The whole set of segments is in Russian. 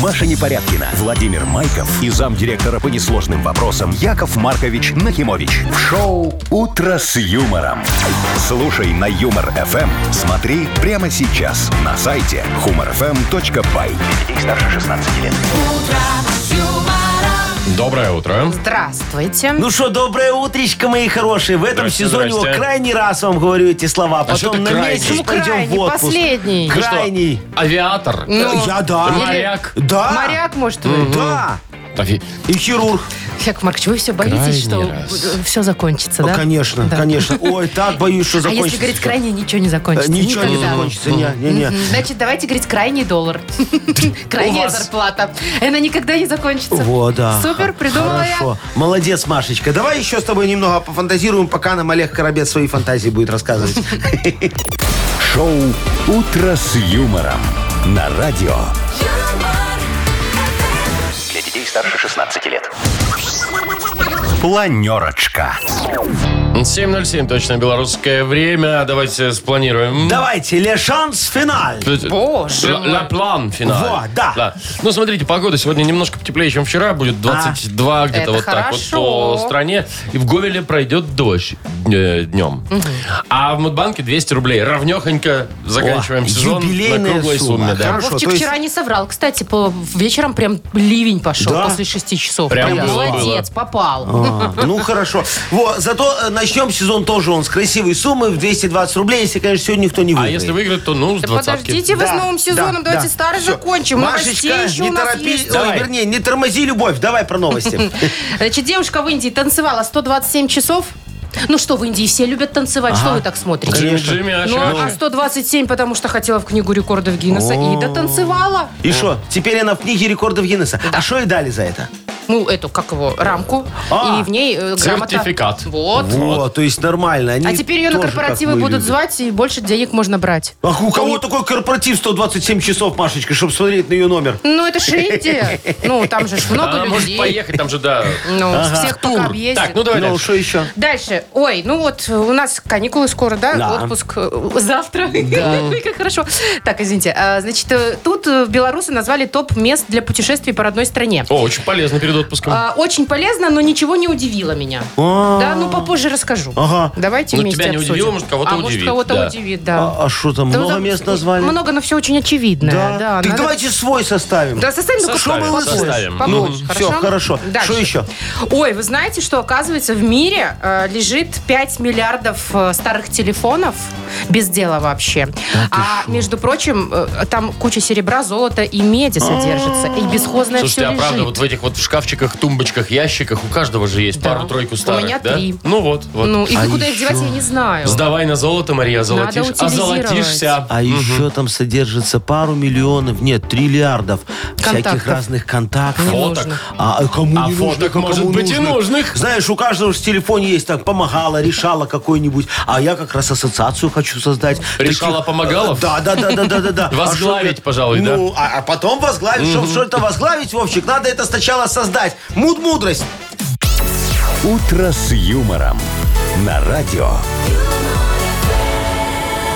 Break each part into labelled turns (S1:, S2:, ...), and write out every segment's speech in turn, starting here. S1: Маша Непорядкина, Владимир Майков и замдиректора по несложным вопросам Яков Маркович Нахимович. В шоу «Утро с юмором». Слушай на «Юмор-ФМ». Смотри прямо сейчас на сайте humorfm.by. Для детей старше 16 лет.
S2: Доброе утро.
S3: Здравствуйте.
S4: Ну что, доброе утречко, мои хорошие. В этом
S2: Здрасте,
S4: сезоне
S2: здрасте. А
S4: вот крайний раз вам говорю эти слова.
S2: что
S4: Потом
S2: ты
S4: на
S2: крайний?
S4: месяц
S2: Почему
S4: пойдем
S3: крайний?
S4: в отпуск.
S3: Последний.
S2: Ты что,
S4: Крайний. Э,
S2: авиатор.
S3: Ну,
S4: Я да.
S2: Ты моряк.
S4: Да.
S3: моряк, может, вы?
S4: Да.
S2: Ави-
S4: И хирург.
S3: Яков Маркович, вы все боитесь,
S2: Крайний
S3: что
S2: раз.
S3: все закончится, да?
S4: Ну, Конечно,
S3: Да.
S4: конечно. Ой, так боюсь, что
S3: А
S4: закончится.
S3: если говорить
S4: всё.
S3: крайне, ничего не
S4: Э,
S3: закончится.
S4: Ничего не
S3: Никогда.
S4: закончится. Не, не, не.
S3: Мгм. Значит, давайте говорить крайний доллар. Крайняя
S4: У вас.
S3: зарплата. Она никогда не закончится.
S4: Вот, да.
S3: Супер, придумала я.
S4: Хорошо. Молодец, Машечка. Давай еще с тобой немного пофантазируем, пока нам Олег Коробец свои фантазии будет рассказывать.
S1: Шоу «Утро с юмором» на радио. Для детей старше 16 лет. Планерочка.
S2: 7.07, точно белорусское время. Давайте спланируем.
S4: Давайте, лешанс финаль.
S3: Боже
S2: Ла-
S3: мой.
S2: ла план финал.
S4: Во, да.
S2: Ну, смотрите, погода сегодня немножко потеплее, чем вчера. Будет 22 где-то
S3: это
S2: вот так вот
S3: хорошо.
S2: по стране. И в Гомеле пройдет дождь э, днем. А в Мудбанке 200 рублей. Равнехонько заканчиваем
S4: О,
S2: сезон на
S4: юбилейная
S2: круглой
S4: сумма.
S2: сумме. да.
S4: Хорошо.
S3: Вовчик
S4: то есть-
S3: вчера не соврал. Кстати, по вечером прям ливень пошел
S4: Да?
S3: после шести часов.
S2: Прям было,
S3: Молодец, попал.
S4: А, Ну, хорошо. Вот, зато э, начнем сезон тоже он с красивой суммы в 220 рублей, если, конечно, сегодня никто не
S2: А
S4: выиграет.
S2: если выиграть, то ну, с
S3: Да
S2: двадцатки.
S3: подождите вы с
S4: Да,
S3: новым сезоном,
S4: да,
S3: давайте
S4: да.
S3: старый
S4: Всё.
S3: закончим. Новостей
S4: Машечка,
S3: еще
S4: не
S3: у нас
S4: торопись.
S3: есть.
S4: Ой, вернее, не тормози любовь. Давай про новости.
S3: Значит, девушка в Индии танцевала 127 часов. Ну что, в Индии все любят танцевать, что вы так смотрите?
S2: Джимми, Джимми, а
S3: Ну, а 127, потому что хотела в книгу рекордов Гиннесса и дотанцевала.
S4: И что? Теперь она в книге рекордов Гиннесса. А что и дали за это?
S3: Ну, эту, как его, рамку.
S4: А,
S3: и в ней э, грамота.
S2: сертификат.
S3: Вот.
S4: Вот, то есть нормально. Они
S3: А теперь ее на
S4: тоже, как
S3: корпоративы
S4: мы,
S3: будут
S4: люди.
S3: звать, и больше денег можно брать.
S4: А у кого такой корпоратив 127 часов, Машечка, чтобы смотреть на ее номер?
S3: Ну, это же Индия. Ну, там же ж много
S2: А, может
S3: людей.
S2: поехать там же, да.
S3: Ну, всех пока объездит.
S2: Так, ну давай
S4: Ну,
S2: дальше.
S4: что еще?
S3: Дальше. Ой, ну вот э, у нас каникулы скоро, да?
S4: Да.
S3: Отпуск э, завтра. Ой, как хорошо. Так, извините. А, Значит, э, тут э, белорусы назвали топ мест для путешествий по родной стране.
S2: О, очень полезно перед отпуском.
S3: А, Очень полезно, но ничего не удивило меня.
S4: А.
S3: Да, ну попозже расскажу.
S4: Ага.
S3: Давайте
S2: Ну,
S3: вместе
S2: тебя не
S3: обсудим.
S2: удивило, может, кого-то
S3: А может,
S2: удивит,
S3: кого-то
S2: да.
S3: удивит, да.
S4: А что там,
S3: Да,
S4: много
S3: там
S4: мест назвали?
S3: Много, но все очень очевидное. Да,
S4: Да. Так
S3: надо-
S4: давайте свой составим.
S3: Да, составим, ну,
S2: Составим,
S3: попозже,
S2: составим.
S3: попозже,
S4: Ну, всё, хорошо.
S3: Дальше.
S4: Что еще?
S3: Ой, вы знаете, что оказывается в мире э, лежит 5 миллиардов э, старых телефонов без дела вообще. а между прочим, э, там куча серебра, золота и меди содержится. И бесхозное
S2: Слушайте, а
S3: все
S2: правда, вот в
S3: лежит.
S2: этих вот шкафчиках, тумбочках, ящиках у каждого же есть
S3: Да.
S2: пару-тройку
S3: У
S2: старых,
S3: меня
S2: да?
S3: три.
S2: Ну вот, вот.
S3: Ну, и
S4: А
S3: куда их девать, я не знаю.
S2: Сдавай на золото, Мария, золотишь.
S3: Надо
S2: А
S3: утилизировать.
S2: золотишься.
S4: А еще там содержится пару миллионов, нет, триллиардов
S3: Контактов.
S4: всяких разных контактов.
S3: Не
S2: Фоток.
S3: нужно.
S4: А э, кому
S2: А
S4: не
S2: фоток
S4: нужных,
S2: может
S4: кому
S2: быть и нужных.
S4: Знаешь, у каждого же в телефоне есть так, помогала, решала какой-нибудь. А я как раз ассоциацию хочу создать.
S2: Решала, помогала?
S4: э, Да, да, да, да, да, да, да.
S2: Возглавить,
S4: А чтоб-
S2: пожалуй, да?
S4: Ну, а, а потом возглавить, чтобы что-то возглавить, Вовчик, надо это сначала создать. Муд-мудрость.
S1: «Утро с юмором» на радио.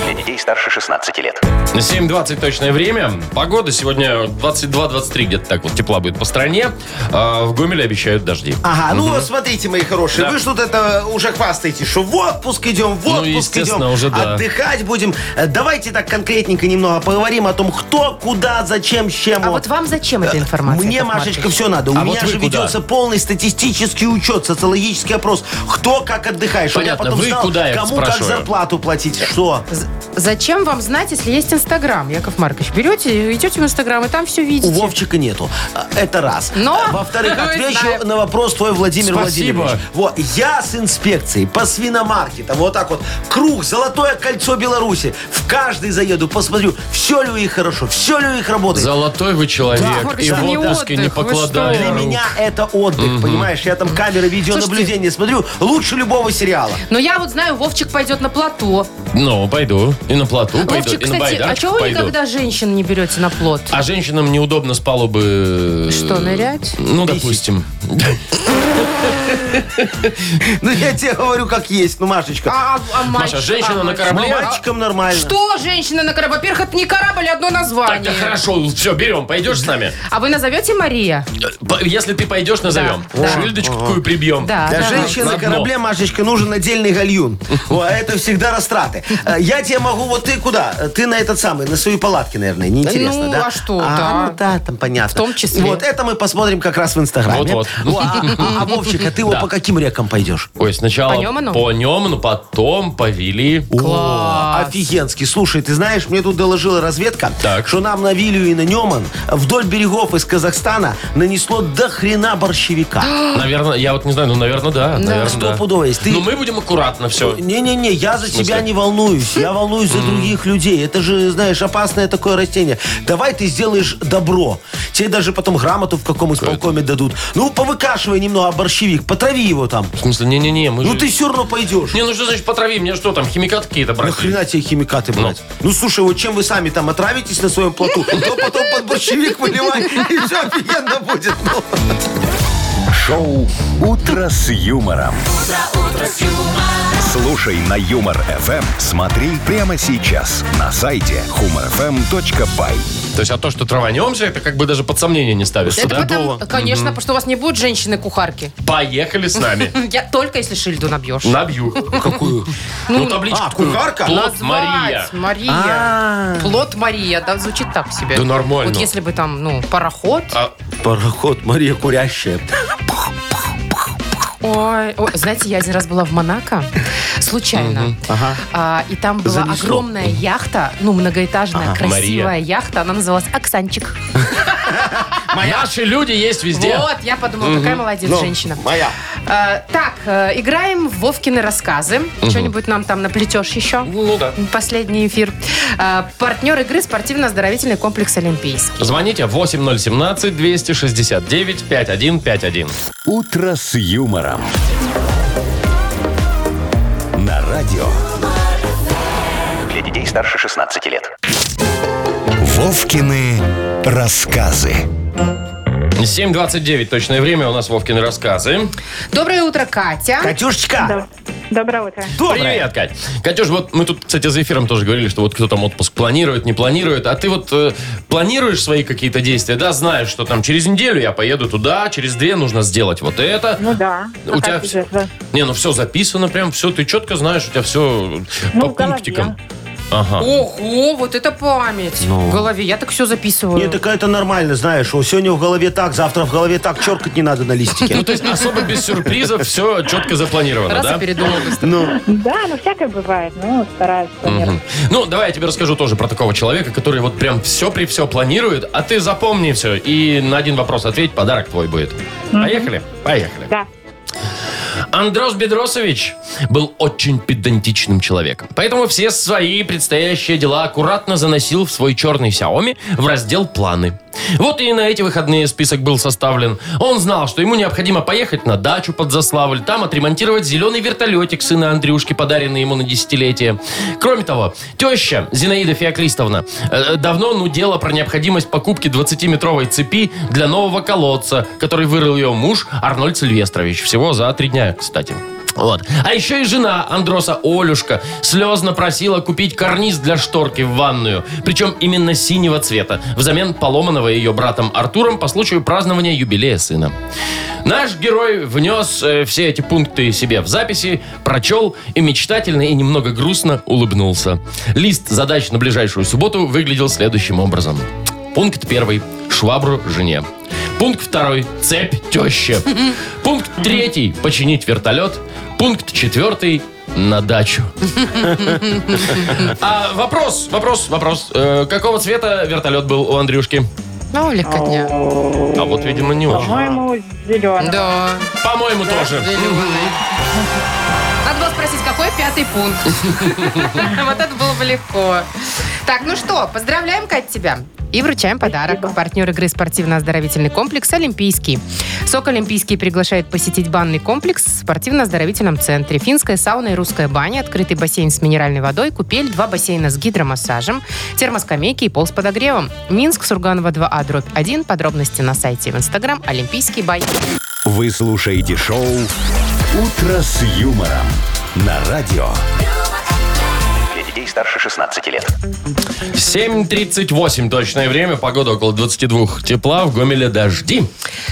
S1: Для детей старше 16 лет.
S2: 7.20 точное время. Погода сегодня 22-23 где-то так вот тепла будет по стране. А в Гомеле обещают дожди.
S3: А.
S4: Ага, ну вот смотрите, мои хорошие, вы что-то это э, уже хвастаете, что в отпуск идем, в
S2: Ну,
S4: отпуск
S2: естественно,
S4: идем,
S2: уже да.
S4: отдыхать будем. Э, Давайте так конкретненько немного поговорим о том, кто, куда, зачем, с чем.
S3: А
S4: вот.
S3: вот вам зачем эта информация?
S4: Мне,
S3: Яков
S4: Машечка,
S3: Маркович?
S4: все надо. У
S2: А
S4: меня
S2: вот вы
S4: же
S2: куда?
S4: ведется полный статистический учет, социологический опрос. Кто как отдыхает, чтобы я
S2: Понятно.
S4: потом
S2: Вы
S4: знал,
S2: куда, я
S4: кому как
S2: спрашиваю?
S4: зарплату платить. Что?
S3: З- Зачем вам знать, если есть Инстаграм, Яков Маркович? Берете, идете в Инстаграм, и там все
S4: У
S3: видите.
S4: Вовчика нету. А, Это раз.
S3: Но-
S4: А, Во-вторых,
S3: Мы
S4: отвечу
S3: знаем.
S4: на вопрос твой, Владимир
S2: Спасибо.
S4: Владимирович. Вот, я с инспекцией по свиномаркетам, вот так вот, круг, золотое кольцо Беларуси. В каждый заеду, посмотрю, все ли у них хорошо, все ли у них работает.
S2: Золотой вы
S4: Да,
S2: человек.
S4: Марк,
S2: И
S4: это
S2: в
S3: не
S2: отпуске не
S3: отдых, вы
S2: покладая
S3: что?
S4: Для
S2: рук.
S4: меня это отдых, понимаешь? Я там камеры видеонаблюдения смотрю лучше любого сериала.
S3: Но я вот знаю, Вовчик пойдет на плато.
S2: Ну, пойду. И на плоту пойду,
S3: Вовчик,
S2: и на
S3: кстати, а
S2: байдарочку
S3: чего вы
S2: пойду.
S3: никогда женщин не берете на плод?
S2: А женщинам неудобно с палубы... э,
S3: Что, нырять?
S2: Ну, допустим.
S4: Ну, я тебе говорю, как есть, ну, Машечка.
S3: А, а мальчик-
S2: Маша, женщина на
S3: а мальчик-
S4: Ну,
S2: корабле...
S4: мальчикам нормально.
S3: Что женщина на корабле? Во-первых, это не корабль, а одно
S2: Так,
S3: название.
S2: да хорошо, все, берем, пойдешь с нами.
S3: А вы назовете Мария?
S2: Э, по- Если ты пойдешь, назовем.
S3: да.
S2: Шильдочку какую прибьем.
S3: Да,
S4: Для
S3: да.
S4: женщин
S2: Э, На
S4: на
S2: дно.
S4: А корабле, Машечка, нужен отдельный гальюн. О, а это всегда растраты. Э, Я тебе могу, вот ты куда? Э, Ты на этот самый, на свою палатки, наверное, неинтересно,
S3: Ну,
S4: да?
S3: а что,
S4: А,
S3: да.
S4: ну да, там понятно.
S3: В том числе.
S4: Вот это мы посмотрим как раз в Инстаграме.
S2: Вот-вот.
S4: О, А а- а, Вовчик, а ты его
S2: Да.
S4: по каким рекам пойдешь?
S2: Ой, сначала
S3: По нем оно?
S2: по нем, но потом повели.
S4: О, офигенский. Слушай, ты знаешь, мне тут доложила разведка,
S2: Так.
S4: что нам на Вилю и на Неман вдоль берегов из Казахстана нанесло до хрена борщевика.
S2: Наверное, я вот не знаю, ну, наверное, да. Наверное, да.
S4: Стопудово есть. Ты- Ну,
S2: Но мы будем аккуратно все.
S4: Не-не-не, я за тебя не волнуюсь. Я волнуюсь за других людей. Это же, знаешь, опасное такое растение. Давай ты сделаешь добро. Тебе даже потом грамоту в каком исполкоме дадут. Ну, повыкашивай немного борщевик, потрави его там.
S2: В смысле, не-не-не, мы
S4: Ну,
S2: же-
S4: ты все равно пойдешь.
S2: Не, ну что значит потрави? Мне что там, химикаты какие-то брать?
S4: Нахрена тебе химикаты брать? Ну. слушай, вот чем вы сами там отравитесь на своем плоту, то потом под борщевик выливай, и все офигенно будет. Ну.
S1: Шоу «Утро с юмором». Слушай на Юмор ФМ, смотри прямо сейчас на сайте humorfm.by.
S2: То есть, а то, что траванемся, это как бы даже под сомнение не ставится,
S3: Это
S2: да?
S3: потому, конечно, потому что у вас не будет женщины-кухарки.
S2: Поехали с нами.
S3: Я только если шильду набьешь.
S2: Набью.
S4: Какую?
S2: Ну, табличку.
S4: А, кухарка?
S2: Плод
S3: Назвать
S2: Мария.
S4: А.
S3: Мария. Плод Мария. Да, звучит так себе.
S2: Да нормально.
S3: Вот если бы там, ну, пароход.
S2: А,
S4: Пароход Мария Курящая.
S3: Ой, ой, знаете, я один раз была в Монако, случайно. А, и там была
S4: Занесло.
S3: огромная яхта, ну, многоэтажная, красивая
S2: Мария.
S3: яхта. Она называлась «Оксанчик».
S2: Наши люди есть везде.
S3: Вот, я подумала, какая молодец женщина.
S4: Ну, Моя.
S3: А, так, э, играем в Вовкины рассказы. Что-нибудь нам там наплетешь еще?
S2: Ну да.
S3: Последний эфир. А, партнер игры спортивно-оздоровительный комплекс «Олимпийский».
S2: Звоните 8017-269-5151.
S1: «Утро с юмором». На радио.
S5: Для детей старше 16 лет.
S1: Вовкины рассказы.
S2: 7.29 точное время, у нас Вовкины рассказы.
S3: Доброе утро, Катя.
S4: Катюшечка.
S6: Доброе утро.
S4: Доброе.
S2: Привет, Кать. Катюш, вот мы тут, кстати, за эфиром тоже говорили, что вот кто там отпуск планирует, не планирует. А ты вот э, планируешь свои какие-то действия, да, знаешь, что там через неделю я поеду туда, через две нужно сделать вот это.
S6: Ну да.
S2: А? У тебя
S6: как
S2: всё-
S6: же, да.
S2: Не, ну все записано прям, все, ты четко знаешь, у тебя все
S6: Ну,
S2: по
S6: в голове.
S2: пунктикам. Ага.
S3: Ого, вот это память в голове. Я так все записываю.
S4: Ну. Не, так это нормально, знаешь. о, Сегодня в голове так, завтра в голове так. Черкать не надо на
S2: Ну,
S4: листике.
S2: то есть особо без сюрпризов, все четко запланировано,
S3: Раз
S2: да?
S3: и передумал быстро.
S4: Ну,
S6: Да, ну всякое бывает. Ну, стараюсь
S2: Мгм.
S6: планировать.
S2: Ну, давай я тебе расскажу тоже про такого человека, который вот прям все при все планирует, а ты запомни все и на один вопрос ответь, подарок твой будет. Поехали? Поехали.
S6: Да.
S2: Андрос Бедросович был очень педантичным человеком. Поэтому все свои предстоящие дела аккуратно заносил в свой черный Xiaomi в раздел «Планы». Вот и на эти выходные список был составлен. Он знал, что ему необходимо поехать на дачу под Заславль, там отремонтировать зеленый вертолетик сына Андрюшки, подаренный ему на десятилетие. Кроме того, теща Зинаида Феоклистовна э, давно нудела про необходимость покупки 20-метровой цепи для нового колодца, который вырыл ее муж Арнольд Сильвестрович. Всего за три дня, кстати. Вот. А еще и жена Андроса Олюшка слезно просила купить карниз для шторки в ванную. Причем именно синего цвета. Взамен поломанного ее братом Артуром по случаю празднования юбилея сына. Наш герой внес э, все эти пункты себе в записи, прочел и мечтательно и немного грустно улыбнулся. Лист задач на ближайшую субботу выглядел следующим образом. Пункт первый. Швабру жене. Пункт второй. Цепь теще. Пункт третий. Починить вертолет. Пункт четвертый. На дачу. А вопрос, вопрос, вопрос. Э, какого цвета вертолет был у Андрюшки?
S3: Ну, легкотня.
S2: А вот, видимо, не очень.
S6: По-моему, зеленый.
S3: Да.
S2: По-моему, тоже.
S3: Надо было спросить, какой пятый пункт? Вот это было бы легко. Так, ну что, поздравляем, Кать, тебя. И вручаем подарок. Партнер игры спортивно-оздоровительный комплекс «Олимпийский». СОК «Олимпийский» приглашает посетить банный комплекс в спортивно-оздоровительном центре. Финская сауна и русская баня, открытый бассейн с минеральной водой, купель, два бассейна с гидромассажем, термоскамейки и пол с подогревом. Минск, Сурганова 2А, дробь 1. Подробности на сайте и в Инстаграм «Олимпийский бай».
S1: Вы слушаете шоу «Утро с юмором» на радио.
S5: Для детей старше 16 лет.
S2: 7.38 точное время. Погода около 22 тепла. В Гомеле дожди.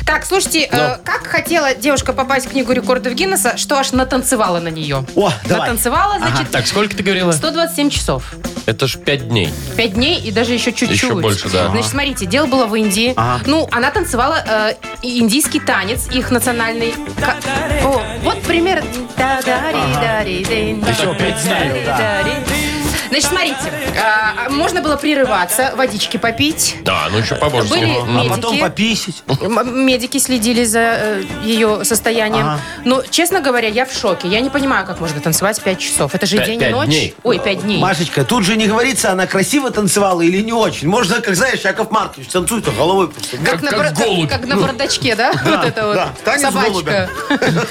S3: Так, слушайте, э,
S2: Ну.
S3: как хотела девушка попасть в книгу рекордов Гиннесса, что аж натанцевала на нее.
S4: О, давай.
S3: Натанцевала, значит,
S2: Так, сколько ты говорила?
S3: 127 часов.
S2: Это ж 5 дней.
S3: Пять дней и даже еще чуть-чуть.
S2: Еще больше, да.
S3: Значит, смотрите, дело было в Индии. Ну, она танцевала э, и- индийский танец, их национальный. Ка- О, вот пример. Та-дари, дари, дин,
S2: Еще пять знаю,
S3: дари, дари. Значит, смотрите, э, можно было прерываться, водички попить.
S2: Да, ну еще побольше.
S3: Были
S4: А потом
S3: медики.
S4: пописить.
S3: М- Медики следили за э, ее состоянием.
S4: Ага.
S3: Но, честно говоря, я в шоке. Я не понимаю, как можно танцевать 5 часов. Это же
S2: Пя-
S3: день и
S2: пять
S3: ночь.
S2: дней.
S3: Ой, 5 дней.
S4: Машечка, тут же не говорится, она красиво танцевала или не очень. Можно, как знаешь, Яков Маркович, танцует-то головой просто.
S2: Как- как
S3: бра-
S2: голубь.
S3: как на бардачке, да? Вот это вот.
S4: да, танец
S3: Собачка.
S4: голубя.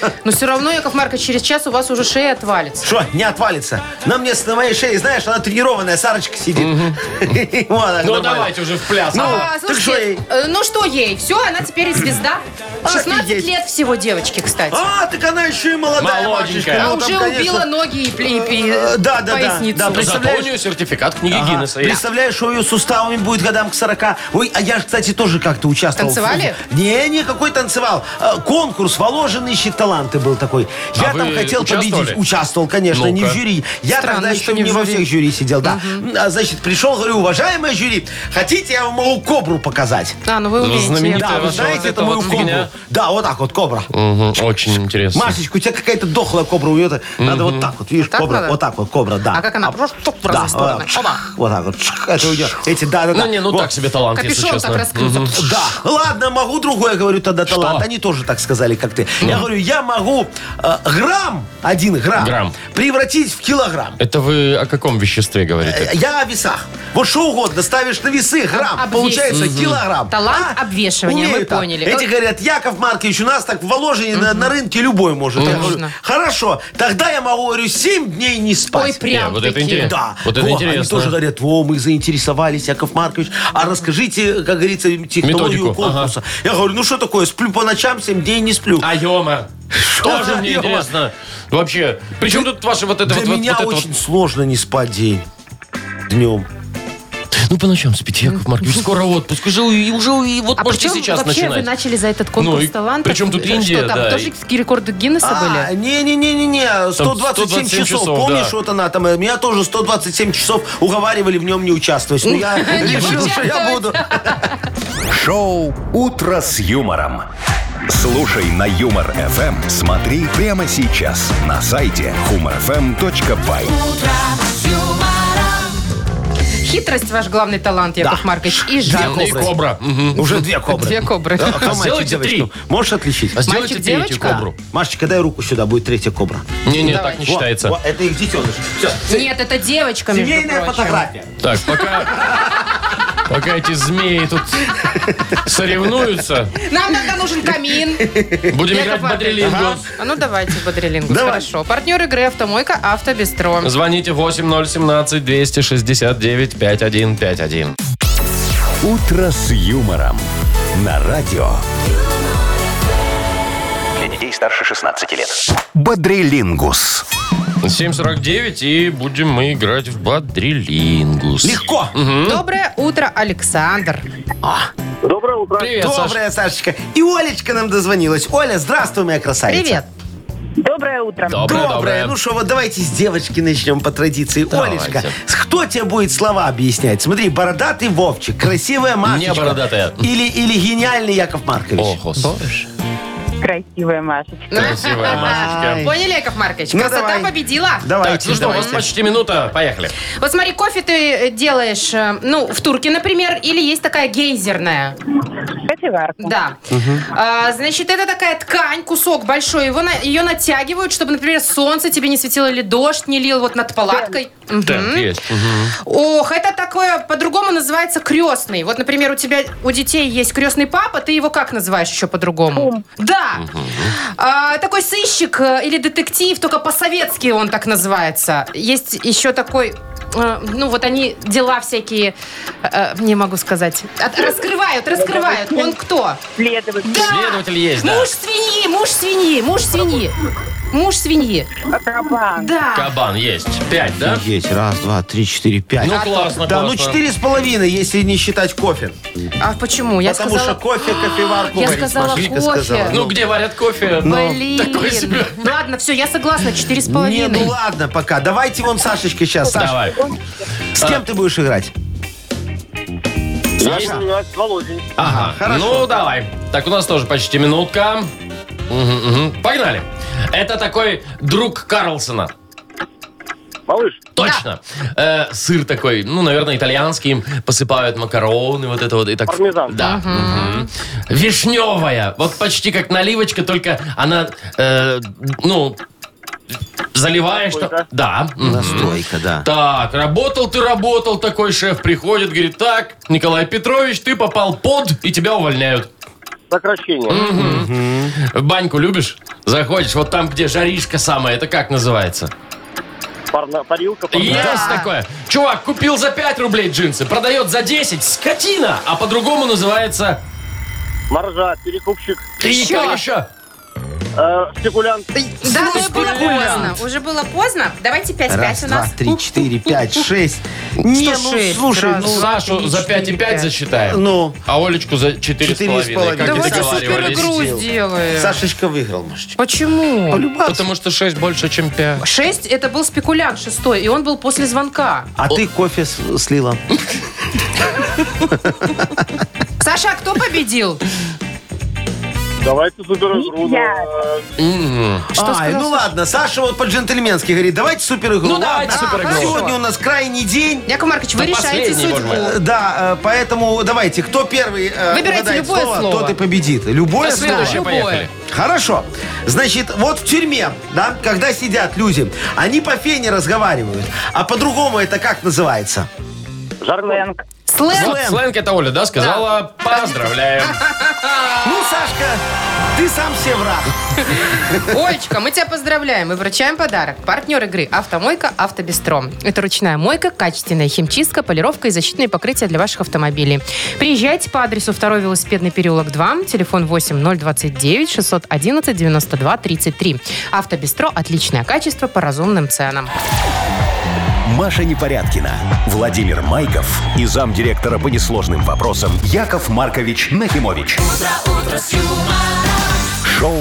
S3: Но все равно, Яков Маркович, через час у вас уже шея отвалится.
S4: Что, не отвалится? На мне с- на моей шее, знаешь, она тренированная, Сарочка сидит. Вот, она
S2: Ну
S4: нормально.
S2: давайте уже в пляс.
S3: А,
S4: Ну, так что ей?
S3: э, ну что ей? Все, она теперь звезда. 16
S4: Офигеть.
S3: лет всего девочке, кстати.
S4: А, так она еще и молодая,
S2: Молоденькая.
S3: А
S4: Машечка. Ну, там,
S3: уже
S4: конечно,
S3: убила ноги и плепи.
S4: Э, да, да, да,
S3: поясницу.
S2: Ну, Зато
S4: да,
S2: у
S4: представляешь?
S2: нее сертификат книги Гиннесса есть.
S4: Представляешь, что ее суставами будет годам к 40. Ой, а я же, кстати, тоже как-то участвовал. в-
S3: Танцевали?
S4: Не, не, какой танцевал. А, Конкурс «Воложенный щит таланты» был такой. Я
S2: А вы
S4: там хотел
S2: участвовали?
S4: победить. Участвовал, конечно, не в
S2: Ну-ка.
S4: жюри. Я
S3: Странно,
S4: тогда
S3: еще
S4: еще
S3: не
S4: не
S3: в
S4: во
S3: жюри.
S4: всех жюри сидел, да. А, значит, пришел, говорю, уважаемое жюри, хотите, я вам могу кобру показать?
S3: А, ну вы умеете.
S2: Знаменитая
S4: Да, вы
S2: ваша
S4: знаете,
S2: вот
S4: это
S2: эта
S4: мою
S2: вот
S4: кобру.
S2: фигня.
S4: Да, вот так вот, кобра.
S2: Мгм, Очень интересно.
S4: Машечка, у тебя какая-то дохлая кобра, у нее это- надо вот так вот, видишь,
S3: Так
S4: кобра,
S3: надо?
S4: вот так вот, кобра, да.
S3: А как она? Просто тук в разные
S4: да,
S3: стороны.
S4: вот так,
S3: Оба.
S4: вот так вот, чх, это у нее, эти, да, да, да.
S2: Ну не, ну
S4: Вот.
S2: так себе талант, если
S3: Капюшон так
S2: честно.
S3: раскрылся.
S4: Да, ладно, могу другое, говорю тогда талант. Они тоже так сказали, как ты. Я говорю, я могу э, грамм, один грамм,
S2: Грамм.
S4: превратить в килограмм.
S2: Это вы о каком веществе говорите?
S4: Э, Я о весах. Вот что угодно ставишь на весы, грамм,
S3: Обвес.
S4: получается килограмм. А?
S3: Талант обвешивания, мы
S4: умею так.
S3: поняли.
S4: Эти говорят, Яков Маркович, у нас так в Воложине на, на рынке любой может. Я говорю,
S3: Можно.
S4: Хорошо, тогда я могу, говорю, 7 дней не
S3: Ой,
S4: спать.
S2: Не,
S3: прям
S2: вот это
S3: таки.
S2: интересно.
S4: э, Да.
S2: Вот это
S4: Во, Они
S2: интересно.
S4: тоже говорят, во, мы заинтересовались, Яков Маркович, а расскажите, как говорится, технологию
S2: Методику,
S4: конкурса. Я говорю, ну что такое, сплю по ночам, 7 дней не сплю.
S2: А ема. Что же
S4: за
S2: мне
S4: ема?
S2: интересно? Вообще, причем тут ваше вот это
S4: Для
S2: вот... вот-
S4: меня
S2: вот это вот-
S4: очень сложно не спать день. Днем.
S2: Ну, по ночам спите, Яков Маркович. Скоро отпуск. Уже, и- уже и вот
S3: А
S2: можете
S3: причем
S2: сейчас
S3: вообще
S2: начинать.
S3: вы начали за этот конкурс
S2: Ну и
S3: талантов?
S2: причем тут
S3: Что
S2: Индия,
S3: там,
S2: да, и-
S3: Тоже какие рекорды Гиннесса были?
S4: А, не-не-не-не-не, 127,
S2: 127
S4: часов,
S2: часов,
S4: помнишь,
S2: да.
S4: вот она там, э, меня тоже 127 часов уговаривали в нем не участвовать. Ну, я решил, что я буду.
S1: Шоу «Утро с юмором». Слушай на Юмор ФМ. Смотри прямо сейчас на сайте humorfm.by.
S4: э,
S3: Хитрость ваш главный талант, Яков Маркович. И жар.
S2: И кобра. Мгм.
S4: Уже две кобры.
S3: Две кобры.
S4: Да, а кто
S2: А
S4: мальчик,
S2: сделайте
S4: девочка?
S2: три.
S4: Можешь отличить?
S2: А сделайте
S3: Мальчик,
S2: третью
S3: девочка?
S2: кобру.
S4: Машечка, дай руку сюда, будет третья кобра.
S2: Не-не,
S3: Давай.
S2: так не
S4: Во,
S2: считается.
S4: во, это их детеныш. Все.
S3: Нет, это девочка, между
S4: Семейная
S3: прочим.
S4: фотография.
S2: Так, пока... Пока эти змеи тут соревнуются,
S3: Нам тогда нужен камин.
S2: будем
S3: Яков
S2: играть в
S3: Маркович.
S2: бодрелингу.
S3: А ну давайте в бодрелингус.
S4: Давай.
S3: Хорошо. Партнер игры «Автомойка Автобестро».
S2: Звоните 8017-269-5151.
S1: «Утро с юмором» на радио
S5: Для детей старше 16 лет.
S1: «Бодрилингус».
S2: 7.49, и будем мы играть в Бадрилингус.
S4: Легко.
S3: Доброе утро, Александр.
S2: Привет, Саша.
S4: Добрая, Сашечка. И Олечка нам дозвонилась. Оля, здравствуй, моя красавица.
S3: Привет.
S6: Доброе утро.
S2: Доброе,
S4: Доброе.
S2: доброе.
S4: Ну что, вот давайте с девочки начнем по традиции.
S2: Давайте.
S4: Олечка, кто тебе будет слова объяснять? Смотри, бородатый Вовчик, красивая Машечка.
S2: бородатая.
S4: Или, или гениальный Яков Маркович.
S2: Ого, слышь.
S6: Красивая Машечка.
S2: Красивая Машечка.
S4: Ай.
S3: Поняли, Яков Маркович?
S4: Ну,
S3: Красота
S4: давай.
S3: победила.
S2: Так,
S4: Давайте.
S2: ну что, у нас почти минута. Поехали.
S3: Вот смотри, кофе ты э, делаешь, э, ну, в турке, например, или есть такая гейзерная.
S6: Кофеварка.
S3: Да. А, значит, это такая ткань, кусок большой, его на- ее натягивают, чтобы, например, солнце тебе не светило или дождь не лил вот над палаткой. Мгм.
S2: Темп есть.
S3: Ох, это такое, по-другому называется крестный. Вот, например, у тебя, у детей есть крестный папа, ты его как называешь еще по-другому? Да. А, такой сыщик э, или детектив, только по-советски он так называется. Есть еще такой, э, ну вот они дела всякие, э, не могу сказать, От- раскрывают, раскрывают. Он кто?
S6: Следователь.
S3: Да.
S2: Следователь есть, да.
S3: Муж свиньи, муж свиньи, муж свиньи. Муж свиньи.
S6: Акробан.
S3: Да.
S2: Кабан есть. Пять, да?
S4: Есть. Раз, два, три, четыре, пять.
S2: Ну, классно,
S4: да, ну
S2: классно.
S4: четыре с половиной, если не считать кофе.
S3: А почему? Я
S4: Потому
S3: сказала...
S4: что кофе, кофеварку
S3: Я
S4: варить,
S3: сказала
S4: Машечка
S3: кофе.
S4: сказала.
S2: Ну, где варят кофе?
S3: Блин.
S2: такой Ну, себе.
S3: Ну, Ладно, все, я согласна. Четыре с
S4: не, ну
S3: половиной.
S4: ладно, пока. Давайте вон Сашечка сейчас. Саш,
S2: Давай.
S4: с кем ты будешь играть?
S2: Есть? Ага,
S4: хорошо.
S2: Ну, давай. Так, у нас тоже почти минутка. Мгм, мгм. Погнали. Это такой друг Карлсона.
S7: Малыш,
S2: Точно. Э, сыр такой, ну, наверное, итальянский. Им посыпают макароны, вот это вот. И так...
S7: Пармезан.
S2: Да. мгм. Вишневая. Вот почти как наливочка, только она, э, ну, заливаешь...
S7: Такой,
S2: то- Да. мгм.
S4: Настройка, да.
S2: Так, работал ты, работал, такой шеф приходит, говорит, так, Николай Петрович, ты попал под, и тебя увольняют.
S7: сокращение.
S2: В баньку любишь? Заходишь, вот там, где жаришка самая, это как называется?
S7: Парна- Парилка, парна-
S2: Есть такое. Чувак купил за 5 рублей джинсы, продает за 10, скотина, а по-другому называется...
S7: маржа, перекупщик,
S2: И как еще?
S7: э, спекулянт.
S3: Да, ну
S2: Слушай,
S3: было
S2: блин.
S3: поздно. Уже было поздно. Давайте пять-пять
S4: Раз,
S3: у
S4: два,
S3: нас.
S4: три, четыре, пять, шесть. Не,
S3: Что
S4: ну,
S3: шесть?
S4: слушай,
S3: Раз,
S4: ну,
S3: два,
S2: Сашу
S3: три,
S2: за
S3: четыре,
S2: 5,5
S3: пять.
S2: засчитаем.
S4: ну,
S2: А Олечку за 4,5, как и
S4: Давайте
S2: договаривались.
S4: суперигру.
S3: сделаем.
S4: Сашечка выиграл, Машечка.
S3: Почему?
S2: Потому что 6 больше, чем 5.
S3: Шесть, это был спекулянт шестой, и он был после звонка.
S4: А ты кофе с- слила.
S3: Саша, а кто победил?
S7: Давайте заберем груду.
S6: Я.
S7: Э,
S3: Что
S4: Ай,
S3: сказал
S4: ну ладно, Саша вот по-джентльменски говорит, давайте супер игру.
S2: Ну, давайте
S3: суперигру.
S4: Сегодня у нас крайний день.
S3: Яков Маркович, вы
S2: Да
S3: решаете
S2: последний,
S3: судьбу.
S2: боже
S4: Э, Да, э, поэтому давайте, кто первый э,
S3: Выбирайте
S4: угадает
S3: любое слово.
S4: тот и победит. Любое
S2: Да,
S4: слово.
S2: следующее, поехали.
S4: Хорошо. Значит, вот в тюрьме, да, когда сидят люди, они по фене разговаривают. А по-другому это как называется?
S7: Жаргон.
S6: Сленг.
S2: Вот
S3: Слэм.
S2: сленг это Оля, да, сказала? Поздравляем.
S4: Ну, Сашка, ты сам все враг.
S3: Олечка, мы тебя поздравляем и вручаем подарок. Партнер игры «Автомойка Автобестро». Это ручная мойка, качественная химчистка, полировка и защитные покрытия для ваших автомобилей. Приезжайте по адресу 2 велосипедный переулок 2, телефон 8029 611 92 33. «Автобестро» – отличное качество по разумным ценам.
S1: Маша Непорядкина, Владимир Майков и замдиректора по несложным вопросам Яков Маркович Нахимович. Шоу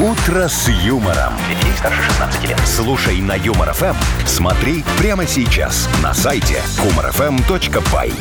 S1: Утро с юмором. Для детей старше 16 лет. Слушай на юмор ФМ. Смотри прямо сейчас на сайте humorfm.by.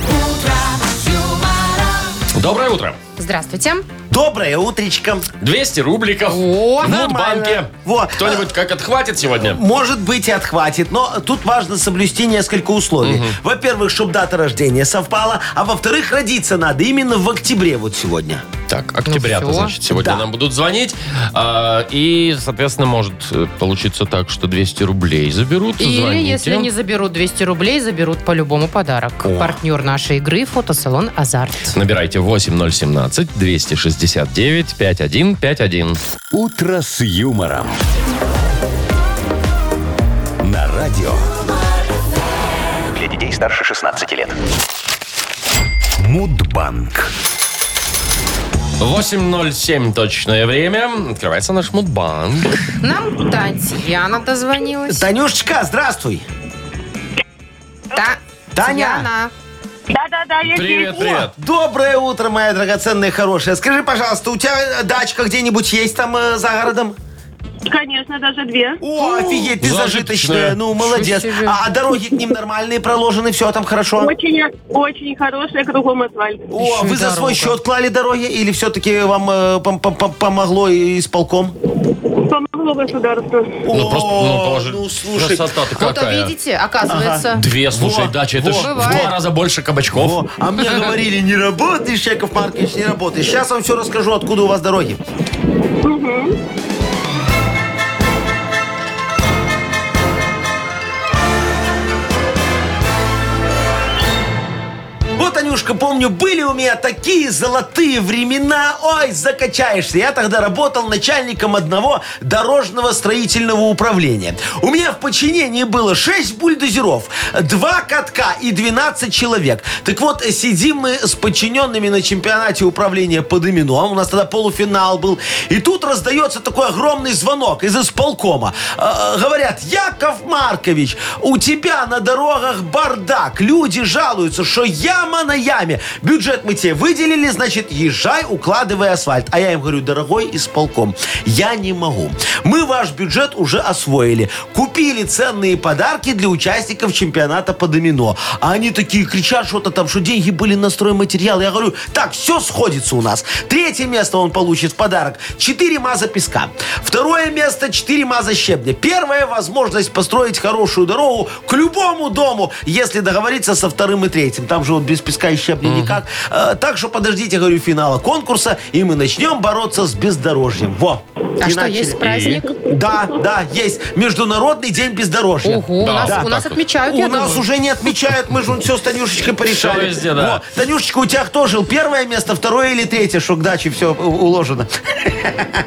S2: Доброе утро.
S3: Здравствуйте.
S4: Доброе утречко.
S2: 200 рубликов
S3: О,
S2: в Мудбанке.
S4: Во.
S2: Кто-нибудь как отхватит сегодня?
S4: Может быть и отхватит, но тут важно соблюсти несколько условий. Во-первых, чтобы дата рождения совпала, а во-вторых, родиться надо именно в октябре вот сегодня.
S2: Так, октября-то,
S3: Ну всё.
S2: значит, сегодня
S4: Да.
S2: нам будут звонить. а, и, соответственно, может э, получиться так, что 200 рублей заберут.
S3: Или,
S2: звоните.
S3: если не заберут 200 рублей, заберут по-любому подарок. Партнер нашей игры – фотосалон «Азарт».
S2: Набирайте 8017-269-5151.
S1: Утро с юмором. На радио
S5: Для детей старше 16 лет.
S1: Мудбанк.
S2: 8.07 точное время. Открывается наш Мудбанк.
S3: Нам Татьяна дозвонилась.
S4: Танюшечка, здравствуй.
S3: Та-
S4: Таня.
S3: Татьяна.
S6: Да-да-да, я
S2: Привет, привет.
S4: Доброе утро, моя драгоценная хорошая. Скажи, пожалуйста, у тебя э, дачка где-нибудь есть там э, за городом?
S6: Конечно, даже две.
S4: О, офигеть, ты
S2: зажиточная.
S4: зажиточная. Ну, молодец.
S3: Шесть уже.
S4: А, а дороги к ним нормальные проложены, все там хорошо?
S6: Очень, очень хорошая, кругом асфальт.
S4: О, а
S3: Еще и
S4: вы за свой
S3: дорога.
S4: счет клали дороги или все-таки вам э, пом- пом- пом- помогло исполком?
S6: Помогло государству.
S2: Ну,
S4: О,
S2: просто, ну, положи-
S4: ну, слушай.
S2: красота-то
S3: Вот, а
S2: какая.
S3: видите, оказывается.
S2: Две, слушай,
S4: Во,
S2: дача, это
S4: во.
S2: ж в
S3: Бывает.
S2: два раза больше кабачков.
S4: О, а мне говорили, не работаешь, Яков Маркович, не работаешь. Сейчас вам все расскажу, откуда у вас дороги. Вот, Анюшка, помню, были у меня такие золотые времена. Ой, закачаешься. Я тогда работал начальником одного дорожного строительного управления. У меня в подчинении было 6 бульдозеров, 2 катка и 12 человек. Так вот, сидим мы с подчиненными на чемпионате управления по домино. У нас тогда полуфинал был. И тут раздается такой огромный звонок из исполкома. Э, Говорят, Яков Маркович, у тебя на дорогах бардак. Люди жалуются, что яма на яме. Бюджет мы тебе выделили, значит, езжай, укладывай асфальт. А я им говорю, дорогой исполком, я не могу. Мы ваш бюджет уже освоили. Купили ценные подарки для участников чемпионата по домино. А они такие кричат что-то там, что деньги были на стройматериал. Я говорю, так, все сходится у нас. Третье место он получит в подарок. Четыре маза песка. Второе место четыре маза щебня. Первая возможность построить хорошую дорогу к любому дому, если договориться со вторым и третьим. Там же вот без песка и щебня никак. Э, Так что подождите, говорю, финала конкурса, и мы начнем бороться с бездорожьем. Во.
S3: А
S4: И
S3: что,
S4: начали.
S3: есть праздник?
S4: Да, да, есть. Международный день бездорожья.
S3: Ого,
S2: Да,
S3: у нас,
S2: да,
S3: у
S2: так
S3: нас
S2: вот.
S3: отмечают, я
S4: У нас
S3: думаю.
S4: уже не отмечают, мы же вон все с Танюшечкой порешали.
S2: Всё везде, да.
S4: Во, Танюшечка, у тебя кто жил? Первое место, второе или третье, что к даче все уложено?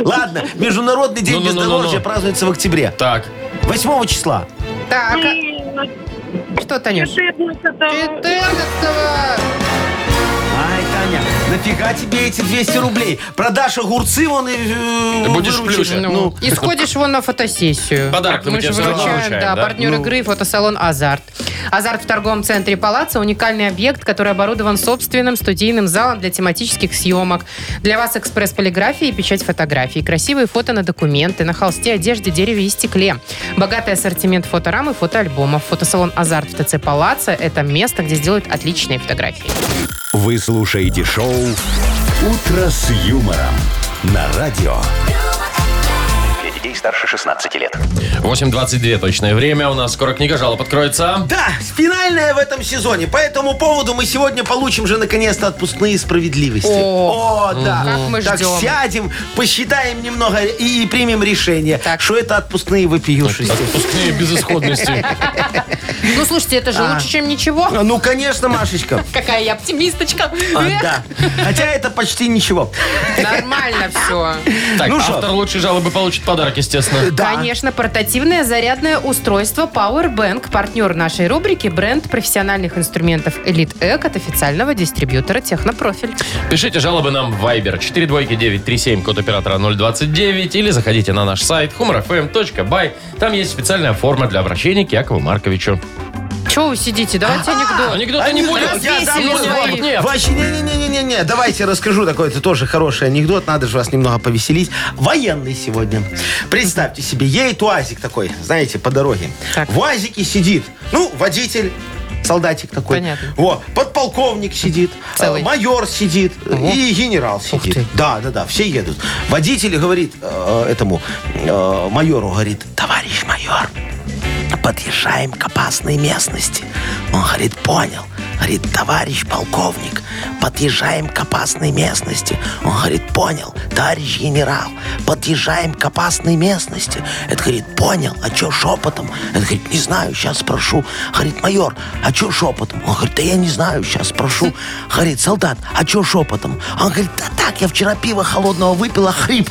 S4: Ладно, Международный день
S2: Ну-ну-ну-ну-ну.
S4: бездорожья празднуется в октябре.
S2: Так,
S4: 8 числа.
S3: Так, а-
S6: И
S3: что, Танюш?
S6: 14
S3: 14
S4: Ай, Таня, нафига тебе эти 200 рублей? Продашь огурцы, вон и... э,
S2: Ты будешь в
S4: выручишь.
S2: плюсе.
S4: Ну,
S3: ну, и сходишь вон на фотосессию.
S2: Подарок мы
S3: мы
S2: тебе
S3: же
S2: всё равно
S3: вручаем,
S2: вручаем,
S3: да,
S2: да?
S3: партнер игры фотосалон «Азарт». «Азарт» в торговом центре «Палаца» – уникальный объект, который оборудован собственным студийным залом для тематических съемок. Для вас экспресс полиграфии и печать фотографий, красивые фото на документы, на холсте, одежде, дереве и стекле. Богатый ассортимент фоторам и фотоальбомов. Фотосалон «Азарт» в ТЦ «Палаца» – это место, где сделают отличные фотографии.
S1: Вы слушаете шоу «Утро с юмором» на радио.
S5: Для детей старше 16 лет.
S2: 8.22 точное время. У нас скоро книга жалоб откроется.
S4: Да, финальная в этом сезоне. По этому поводу мы сегодня получим же наконец-то отпускные справедливости.
S3: О,
S4: да.
S3: Как мы
S4: так
S3: ждем.
S4: сядем, посчитаем немного и, и примем решение,
S3: Так.
S4: что это отпускные вопиюшисти.
S2: Отпускные безысходности.
S3: Ну, слушайте, это же лучше, чем ничего.
S4: А, Ну, конечно, Машечка.
S3: Какая я оптимисточка.
S4: А, да. Хотя это почти ничего.
S3: Нормально все.
S2: Так,
S4: Ну что?
S2: автор А. лучшей жалобы получит подарок, естественно.
S4: Да.
S3: Конечно, портативное зарядное устройство Powerbank. Партнер нашей рубрики – бренд профессиональных инструментов Elite Эк от официального дистрибьютора Технопрофиль.
S2: Пишите жалобы нам в Viber 42937, код оператора 029, или заходите на наш сайт humorfm.by. Там есть специальная форма для обращения к Якову Марковичу.
S3: Чего вы сидите?
S4: А,
S3: Давайте анекдот.
S2: Анекдота не будет.
S3: я
S2: Нет,
S3: дам
S2: нет,
S3: свои.
S2: нет, нет.
S4: Вообще, не-не-не-не-не. Давайте расскажу такой-то тоже хороший анекдот. Надо же вас немного повеселить. Военный сегодня. Представьте себе, едет уазик такой, знаете, по дороге.
S3: Так.
S4: В уазике сидит, ну, водитель, солдатик такой.
S3: Понятно.
S4: Во, подполковник сидит,
S3: Целый.
S4: э, майор сидит э,
S3: Ого.
S4: и генерал сидит.
S3: ты.
S4: Да, да, да, все едут. Водитель говорит э, этому э, майору, говорит, товарищ майор, подъезжаем к опасной местности. Он говорит, понял. Говорит, товарищ полковник, подъезжаем к опасной местности. Он говорит, понял, товарищ генерал, подъезжаем к опасной местности. Это говорит, понял, а чё шепотом? Это говорит, не знаю, сейчас спрошу. Говорит, майор, а чё шепотом? Он говорит, да я не знаю, сейчас спрошу. Говорит, солдат, а чё шепотом? Он говорит, да так, я вчера пиво холодного а выпила, хрип.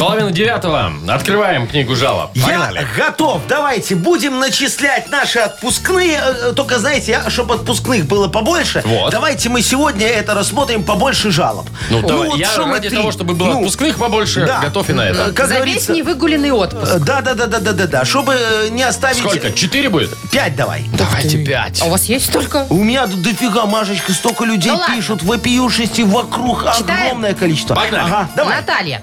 S2: Половина девятого. Открываем книгу жалоб. Погнали.
S4: Я готов. Давайте будем начислять наши отпускные. Э, э, Только, знаете, я, чтобы отпускных было побольше,
S2: Вот.
S4: давайте мы сегодня это рассмотрим побольше жалоб.
S2: Ну, давай.
S4: вот
S2: я
S4: что мы
S2: ради
S4: три?
S2: того, чтобы было
S4: Ну,
S2: отпускных побольше,
S4: да.
S2: готов и на
S4: э,
S2: это.
S4: Как
S3: За весь
S4: говорится...
S3: невыгуленный отпуск.
S4: э, Да, да, да, да, да, да, да. Чтобы э, не оставить...
S2: Сколько? Четыре будет?
S4: Пять давай.
S2: Давайте пять.
S3: А у вас есть только?
S4: У меня тут дофига, Машечка, столько людей
S3: Ну ладно.
S4: пишут, вопиюшести вокруг
S3: Читаем?
S4: огромное количество.
S2: Погнали.
S4: Ага, давай.
S3: Наталья.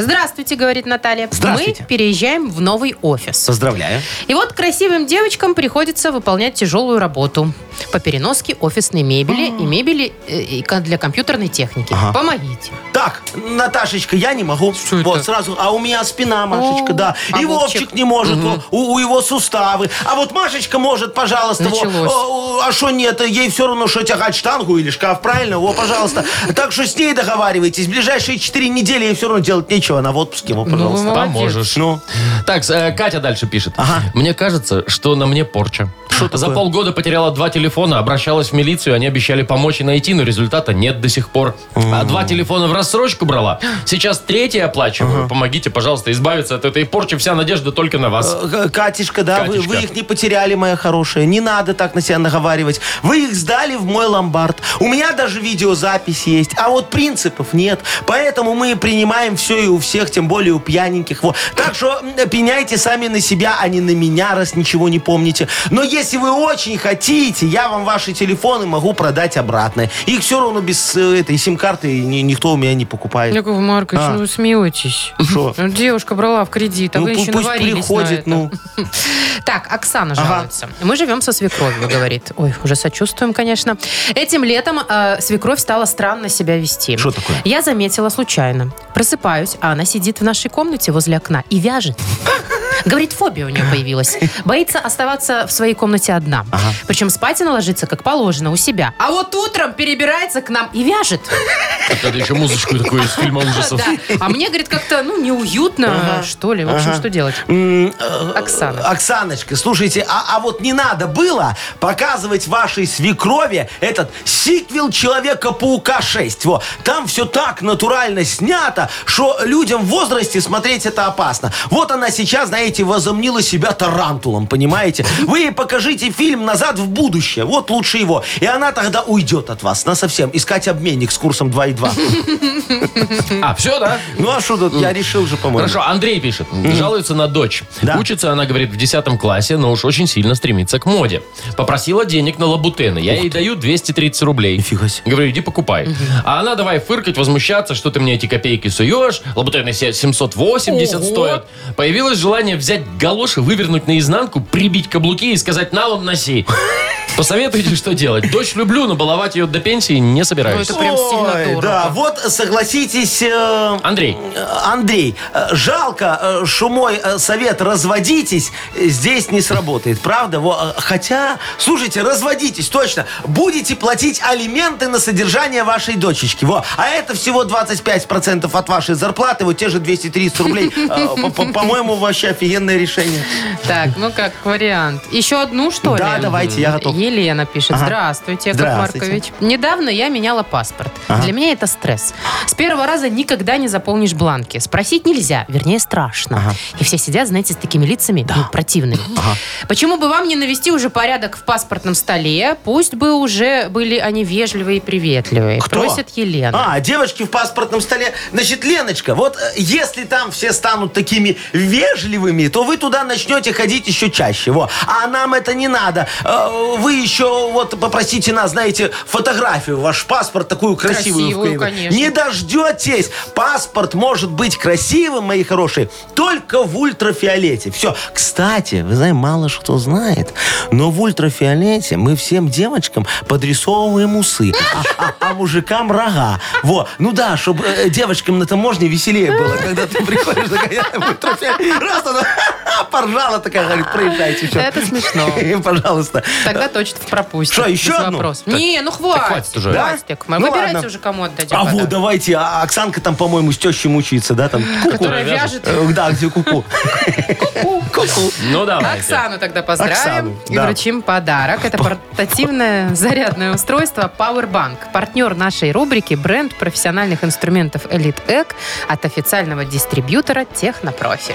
S3: Здравствуйте, говорит Наталья.
S4: Здравствуйте.
S3: Мы переезжаем в новый офис.
S4: Поздравляю.
S3: И вот красивым девочкам приходится выполнять тяжелую работу по переноске офисной мебели
S4: А.
S3: и мебели э, и ко- для компьютерной техники. Помогите.
S4: Так, Наташечка, я не могу.
S3: Что
S4: вот
S3: это?
S4: сразу. А у меня спина, Машечка,
S3: О,
S4: да.
S3: а
S4: и
S3: Вовчик?
S4: Вовчик, не может, во, у, у его суставы. А вот Машечка может, пожалуйста, во.
S3: Началось.
S4: О, а что нет, ей все равно, что тягать штангу или шкаф, правильно? Во, пожалуйста. Так что с ней договаривайтесь. Ближайшие 4 недели ей все равно делать нечего. Она в отпуске,
S3: Ну,
S4: во, пожалуйста.
S3: молодец.
S2: Поможешь.
S4: Ну.
S2: Так, э, Катя дальше пишет.
S4: Ага.
S2: Мне кажется, что на мне порча. За полгода потеряла два телефона, обращалась в милицию, они обещали помочь и найти, но результата нет до сих пор. А два телефона в рассрочку брала, сейчас третий оплачиваю. Помогите, пожалуйста, избавиться от этой порчи, вся надежда только на вас.
S4: Э, Катюшка, да, вы-
S2: Катюшка.
S4: Вы, их не потеряли, моя хорошая. Не надо так на себя наговаривать. Вы их сдали в мой ломбард. У меня даже видеозапись есть, а вот принципов нет. Поэтому мы принимаем все и у всех, тем более у пьяненьких. Вот. Так что м, пеняйте сами на себя, а не на меня, раз ничего не помните. Но если вы очень хотите, я вам ваши телефоны могу продать обратно. Их все равно без э, этой сим-карты ни- никто у меня не покупает.
S8: Яков Маркович,
S4: А.
S8: ну смеетесь.
S4: Шо?
S8: Ну, Девушка брала в кредит, а
S4: Ну,
S8: вы
S4: пу-
S8: еще
S4: пусть
S8: наварились на
S4: приходит,
S8: это.
S4: ну.
S3: Так, Оксана
S4: Ага.
S3: жалуется. Мы живем со свекровью, говорит. Ой, уже сочувствуем, конечно. Этим летом э, свекровь стала странно себя вести.
S4: Что такое?
S3: Я заметила случайно. Просыпаюсь, а она сидит в нашей комнате возле окна и вяжет. Говорит, фобия у нее появилась. Боится оставаться в своей комнате одна. Причем спать она ложится, как положено, у себя. А вот утром перебирается к нам и вяжет.
S2: Надо еще музычку такую из фильма ужасов.
S3: Да. А мне, говорит, как-то, ну, неуютно, что ли. В общем, что делать?
S4: М, э,
S3: Оксана.
S4: Оксаночка, слушайте, а, а вот не надо было показывать вашей свекрови этот сиквел Человека-паука 6. Во. Там все так натурально снято, что людям в возрасте смотреть это опасно. Вот она сейчас, знаете, возомнила себя тарантулом, понимаете? Вы ей покажите фильм «Назад в будущее», вот лучше его. И она тогда уйдет от вас на совсем искать обменник с курсом 2,2.
S2: А, все, да?
S4: Ну а что тут? Я решил же, по-моему.
S2: Хорошо, Андрей пишет. Жалуется на дочь.
S4: Да.
S2: Учится она, говорит, в 10 классе, но уж очень сильно стремится к моде. Попросила денег на лабутены. Я ей даю 230 рублей.
S4: Нифига себе.
S2: Говорю, иди покупай. А она давай фыркать, возмущаться, что ты мне эти копейки суешь. Лабутены се- 780
S3: Ого.
S2: стоят. Появилось желание взять галоши, вывернуть наизнанку, прибить каблуки и сказать «на вам носи». Посоветуйте, что делать. Дочь люблю, но баловать ее до пенсии не собираюсь.
S3: Ну, это прям сильно дорого.
S4: Да, вот согласитесь, э,
S2: Андрей,
S4: Э, Андрей, э, жалко, э, что мой э, совет «разводитесь» э, здесь не сработает, правда? Во, э, Хотя, слушайте, разводитесь, точно. Будете платить алименты на содержание вашей дочечки. Во. А это всего 25% от вашей зарплаты, вот те же 230 рублей. Э, по- по- По-моему, вообще офигенное решение.
S8: Так, ну как вариант. Еще одну, что ли?
S4: Да, давайте, я готов.
S8: Елена пишет.
S4: Ага.
S8: Здравствуйте, Яков
S4: Здравствуйте.
S8: Маркович.
S3: Недавно я меняла паспорт.
S4: Ага.
S3: Для меня это стресс. С первого раза никогда не заполнишь бланки. Спросить нельзя, вернее, страшно. И все сидят, знаете, с такими лицами ну, противными. Почему бы вам не навести уже порядок в паспортном столе? Пусть бы уже были они вежливые и приветливые.
S4: Кто?
S3: Просит Елена.
S4: А, девочки в паспортном столе. Значит, Леночка, вот э, если там все станут такими вежливыми, то вы туда начнете ходить еще чаще. Во. А нам это не надо. Э, Вы еще вот попросите нас, знаете, фотографию, ваш паспорт такую красивую.
S8: Красивую,
S4: вклеивать.
S8: конечно.
S4: Не дождетесь. Паспорт может быть красивым, мои хорошие, только в ультрафиолете. Все. Кстати, вы знаете, мало кто знает, но в ультрафиолете мы всем девочкам подрисовываем усы, а, а- а мужикам рога. Во. Ну да, чтобы девочкам на таможне веселее было, когда ты приходишь такая в ультрафиолете. Раз она поржала такая, говорит, проезжайте. всё».
S8: Это смешно.
S4: Пожалуйста.
S8: Тогда значит, пропустит.
S4: Что, еще
S8: Без
S4: одну?
S8: вопросов. Не, ну хватит.
S2: хватит уже.
S8: Хватит, Яков Маркович.
S4: Ну
S8: Выбирайте
S4: ладно.
S8: уже, кому отдадим.
S2: Типа,
S4: А
S8: подарок.
S4: вот давайте, а Оксанка там, по-моему, с тещей мучается, да, там? Ку-ку.
S8: Которая вяжет.
S4: Э, Да, где куку. Ку-ку.
S2: Ну, давайте.
S8: Оксану тогда поздравим
S4: Оксану,
S8: и
S4: да.
S8: вручим подарок. Это портативное зарядное устройство Powerbank. Партнер нашей рубрики бренд профессиональных инструментов Elite Эк от официального дистрибьютора Технопрофи.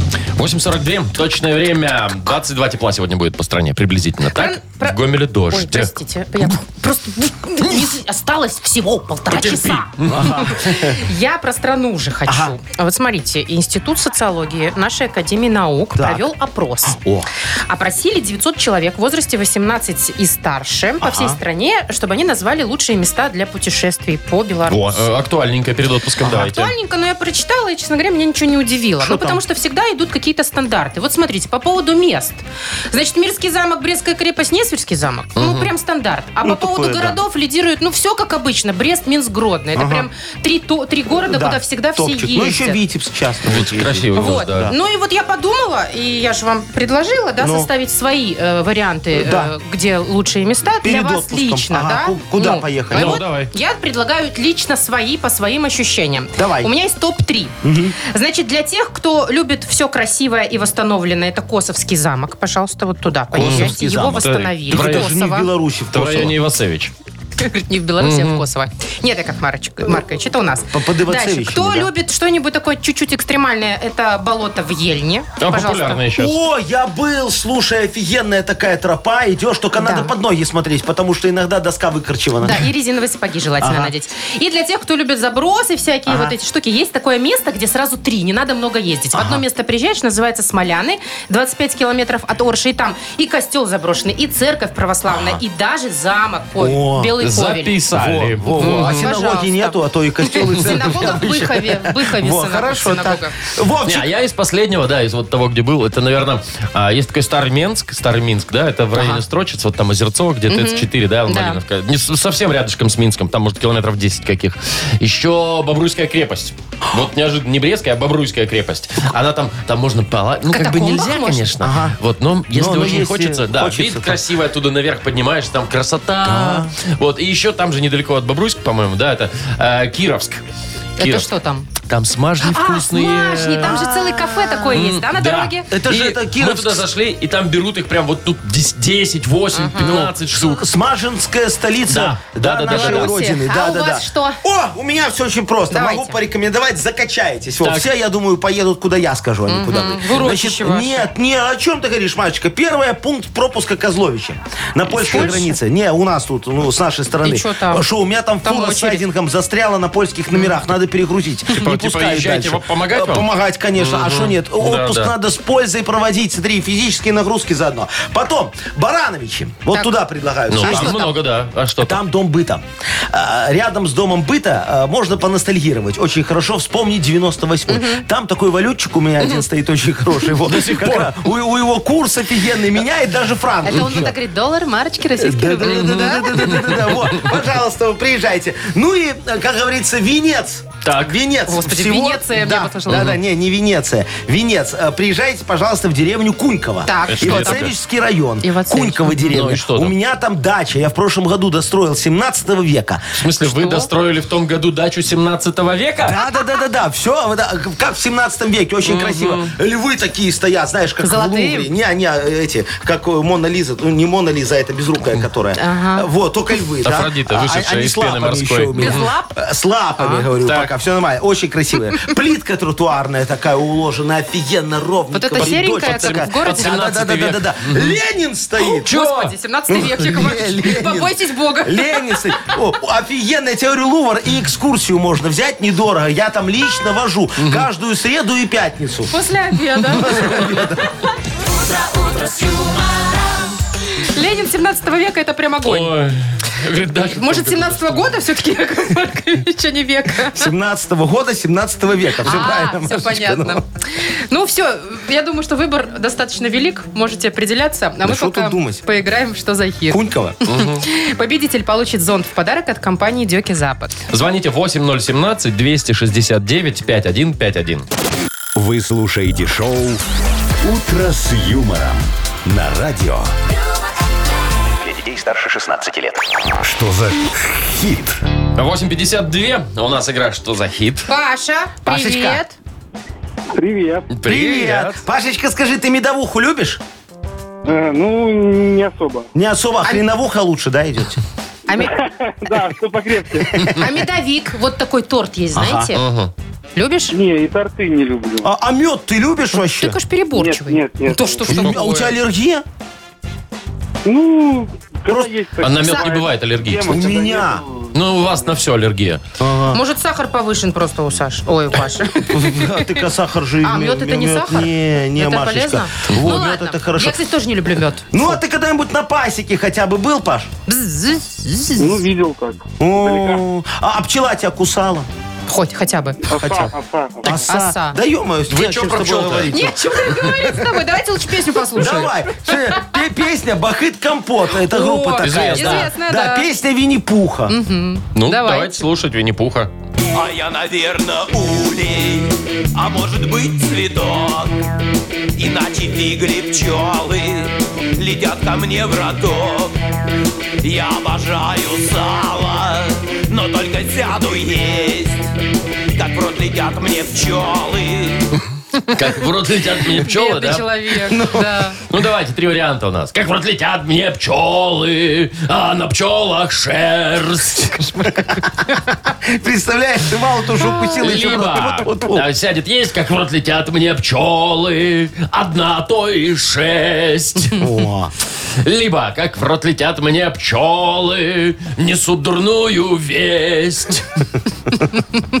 S2: 8.42, точное время. 22 тепла сегодня будет по стране, приблизительно так.
S3: Про-
S2: В Гомеле
S3: Ой,
S2: дождь.
S3: простите, я просто не- осталось всего полтора
S2: Потерпи.
S3: часа. Я про страну уже хочу. А Вот смотрите, Институт социологии нашей Академии наук
S4: Так.
S3: провел опрос.
S4: О,
S3: Опросили 900 человек в возрасте 18 и старше по всей стране, чтобы они назвали лучшие места для путешествий по Беларуси.
S2: О, э, актуальненько перед отпуском давайте.
S3: Актуальненько, но я прочитала, и, честно говоря, меня ничего не удивило. ну, потому что всегда идут какие-то стандарты. Вот смотрите, по поводу мест. Значит, Мирский замок, Брестская крепость, Несвежский замок. Ну, прям стандарт. А
S4: Ну,
S3: по поводу
S4: такое, да.
S3: городов лидирует, ну, все как обычно. Брест, Минск, Гродно. Это прям три, то- три города,
S4: да,
S3: куда всегда
S4: топчик.
S3: все ездят.
S4: Ну, еще Витебск часто.
S2: Вот красивый голос,
S3: Вот.
S2: да.
S3: Ну и вот я подумала, и я же вам предложила, да,
S4: Ну.
S3: составить свои э, варианты, э,
S4: Да.
S3: где лучшие места
S4: Перед
S3: для вас
S4: отпуском.
S3: лично,
S4: Ага,
S3: да?
S4: ку- куда
S3: Ну,
S4: поехали?
S3: и
S2: Ну,
S3: вот
S2: давай.
S3: Я предлагаю лично свои по своим ощущениям.
S4: Давай.
S3: У меня есть топ-3. Значит, для тех, кто любит все красивое и восстановленное, это Косовский замок, пожалуйста, вот туда поезжайте.
S4: Косовский
S3: Его
S4: замок.
S3: восстановили.
S2: Так это
S4: Даже не в
S3: Косово.
S4: Беларуси, в
S2: Это в
S4: Косово.
S2: районе Ивасевич.
S8: Говорит, не в
S3: Беларуси,
S8: Беларуси.
S3: а в Косово. Нет, Яков Марыч- Маркович, это у нас.
S4: По- под Ивацевичами,
S3: Дальше, кто
S4: да?
S3: любит что-нибудь такое чуть-чуть экстремальное, это болото в Ельне.
S2: Там
S3: Пожалуйста.
S2: популярная сейчас.
S4: О, я был, слушай, офигенная такая тропа, идешь, только надо под ноги смотреть, потому что иногда доска выкорчевана.
S3: Да, и резиновые сапоги желательно
S4: Ага.
S3: надеть. И для тех, кто любит забросы всякие вот эти штуки, есть такое место, где сразу три, не надо много ездить. В одно место приезжаешь, называется Смоляны, 25 километров от Орши, и там и костел заброшенный, и церковь православная, и даже замок Ковель,
S4: О,
S3: Белый Ковель.
S2: Записали.
S4: Во, во, во. А синагоги
S3: пожалуйста.
S4: нету, а то и костелы
S3: Синагога в Быхове, в Быхове
S4: Во,
S3: синагога,
S4: хорошо,
S3: синагога.
S4: так. Вовчик,
S2: Не, а я из последнего, да, из вот того, где был, это, наверное, а, есть такой Старый Минск, Старый Минск, да, это в районе Строчиц, вот там Озерцово, где ТЭЦ-4, да, Малиновка. Не с- совсем рядышком с Минском, там, может, километров 10 каких. Еще Бобруйская крепость. Вот неожиданно, не Брестская, а Бобруйская крепость. Она там, там можно пола... Ну, как бы
S3: катакомбах
S2: нельзя,
S3: можно?
S2: конечно. Вот, но если
S4: ну,
S2: очень
S4: если
S2: хочется, да,
S4: хочется,
S2: вид
S4: то-
S2: красивый оттуда наверх поднимаешь, там красота. Вот, и еще там же недалеко от Бобруйска, по-моему, да, это э, Кировск.
S3: Это что там?
S2: Там смажни
S3: А,
S2: вкусные.
S3: смажни, там же целый
S4: э,
S3: кафе такое есть, да, на
S2: Да.
S3: дороге?
S4: Это же
S2: И
S4: это
S2: Мы
S4: Кировск.
S2: туда зашли, и там берут их прям вот тут 10, 8, 15 штук.
S4: Смаженская столица
S2: Да, да, да, да,
S4: нашей
S2: да, да.
S4: родины.
S3: А
S4: да,
S3: у
S4: да,
S3: вас
S4: да.
S3: что?
S4: О, у меня все очень просто.
S3: Давайте.
S4: Могу порекомендовать, закачаетесь. Вот,
S2: Так.
S4: все, я думаю, поедут, куда я скажу, а не куда вы.
S3: в урочище ваше.
S4: нет, не, о чем ты говоришь, мальчика? Первое, пункт пропуска Козловича. На польской
S3: Польши?
S4: границе. Не, у нас тут, ну, с нашей стороны.
S3: И чё там?
S4: А Шо, у меня там,
S3: Там
S4: фура с
S3: очередь.
S4: сайдингом застряла на польских номерах. Надо перегрузить. Не
S2: типа,
S4: пускают
S2: езжайте,
S4: дальше.
S2: вам помогать
S4: Э,
S2: вам?
S4: Помогать, конечно. А что нет? Отпуск
S2: да.
S4: надо с пользой проводить. Смотри, физические нагрузки заодно. Потом, Барановичи. Вот туда предлагают.
S2: Ну,
S4: Слушай,
S2: там много, да. А что там?
S4: там дом быта. А, Рядом с домом быта а, можно поностальгировать. Очень хорошо вспомнить 98-й. Там такой валютчик у меня один стоит очень хороший. Вот. Как раз У, у его курс офигенный меняет даже франк.
S3: Это он вот так говорит, доллар, марочки, российский рубль.
S4: Да-да-да-да-да-да-да-да. Вот, пожалуйста, приезжайте. Ну и, э, как говорится, венец.
S2: Так.
S4: Венец.
S3: Господи,
S4: всего-
S3: Венеция мне
S4: да,
S3: послышалось.
S4: Да, да, не, не Венеция. Венец. Э, Приезжайте, пожалуйста, в деревню Куньково.
S3: Так,
S2: что это?
S4: Ивацевичский район.
S3: Ивацевич.
S4: Куньково деревня.
S2: Ну и что
S4: У
S2: там?
S4: меня там дача. Я в прошлом году достроил 17 века.
S2: В смысле, вы достроили в том году дачу 17 века?
S4: Да, да, да, да, да. Все, как в 17 веке, очень красиво. Львы такие стоят, знаешь, как
S3: Золотые?
S4: в Лувре. Не, не, эти, как э, Мона Лиза, ну не Мона Лиза, это безрукая, которая.
S3: Ага.
S4: Вот, только львы, да.
S2: Афродита,
S4: А- а-
S2: вышедшая
S4: они
S2: из
S4: с
S2: пены
S4: лапами
S2: морской. А,
S4: еще умеют.
S3: Без лап?
S4: Э, С лапами, говорю,
S2: Так.
S4: пока, все нормально. Очень красивая. Плитка тротуарная такая уложена, офигенно, ровно.
S3: Вот эта серенькая, как в городе?
S4: Да, да, да, да, да, да. Ленин стоит.
S3: Господи, 17 век, Яков Маркович.
S4: Ленин.
S3: Побойтесь Бога.
S4: Ленин стоит. О, офигенно, я тебе говорю, Лувр и экскурсию можно взять недорого. Я там лично вожу каждую среду и пятницу.
S3: После обеда. Ленин 17 века это прям огонь.
S2: Ой, Говорит, дальше
S8: Может,
S2: там
S8: 17-го года все-таки, Яков Маркович, а не века.
S4: 17 года, 17 века. Все
S8: А,
S4: правильно.
S8: все
S4: Машечка, ну.
S8: понятно. Ну все, я думаю, что выбор достаточно велик, можете определяться. А мы
S4: что
S8: пока
S4: тут думать?
S8: поиграем, в что за хит.
S4: Кунькова.
S8: Победитель получит зонт в подарок от компании Дёки Запад.
S2: Звоните 8017-269-5151.
S1: Вы слушаете шоу «Утро с юмором» на радио.
S5: Для детей старше 16 лет.
S1: Что за хит?
S2: 8.52. У нас игра «Что за хит?»
S3: Паша,
S4: Пашечка.
S3: привет.
S7: Привет.
S4: Привет. Пашечка, скажи, ты медовуху любишь?
S7: ну, не особо.
S4: Не особо, а хреновуха лучше, да, идет?
S3: А, ме-
S7: Да, что покрепче.
S3: а медовик, вот такой торт есть, знаете?
S2: Ага.
S3: Любишь?
S7: Не, и торты не люблю.
S4: А, а мед ты любишь вообще?
S8: Только ж переборчивый.
S7: Нет, нет, нет.
S8: Ну То, что, ж
S4: М,
S8: там-
S4: а у тебя аллергия?
S7: Ну, когда есть
S2: А на мед не
S7: такая
S2: бывает аллергии.
S7: тема,
S4: У
S7: когда
S4: меня.
S7: нету.
S2: Ну, у вас на все аллергия.
S3: Может, сахар повышен просто у Саши? Ой, у Паши.
S4: А Ты-ка сахар же.
S8: А,
S4: м-
S8: мед это не
S4: мед-
S8: сахар?
S4: Не, не,
S8: Это
S4: Машечка.
S8: полезно?
S4: Вот,
S8: Ну
S4: мед
S8: ладно.
S4: это хорошо.
S8: Я, кстати, тоже не люблю мед.
S4: Ну, а ты когда-нибудь на пасеке хотя бы был, Паш?
S7: Ну, видел как.
S4: О, А а пчела тебя кусала?
S8: Хоть, хотя бы.
S2: Ну,
S4: А
S7: Оса, оса.
S2: А
S8: оса.
S4: Да ё-моё, вы
S2: чё
S4: что
S2: про
S4: про
S2: пчёл-то?
S4: говорите?
S8: Нечего говорить с тобой. Давайте лучше песню послушаем.
S4: Давай. Слушай, пе- Песня «Бахыт компот». Это
S8: О,
S4: группа такая.
S2: известная.
S4: да.
S8: Известная, да.
S4: Да, песня Винни-Пуха.
S2: Ну,
S8: Давайте.
S2: давайте слушать Винни-Пуха.
S9: А я, наверное, улей, а может быть цветок Иначе фигли пчелы летят ко мне в родок Я обожаю сало, но только сяду есть Как в рот летят мне пчелы
S2: Как в рот летят мне пчелы,
S8: Бедный
S2: да?
S8: человек, да.
S2: Ну, давайте, три варианта у нас. Как в рот летят мне пчелы, а на пчелах шерсть.
S4: Представляешь, ты мало тоже укусил еще.
S2: Либо
S4: вот- вот- вот.
S2: да, сядет есть, как в рот летят мне пчелы, одна, а то и шесть.
S4: О,
S2: Либо, как в рот летят мне пчелы, несут дурную весть.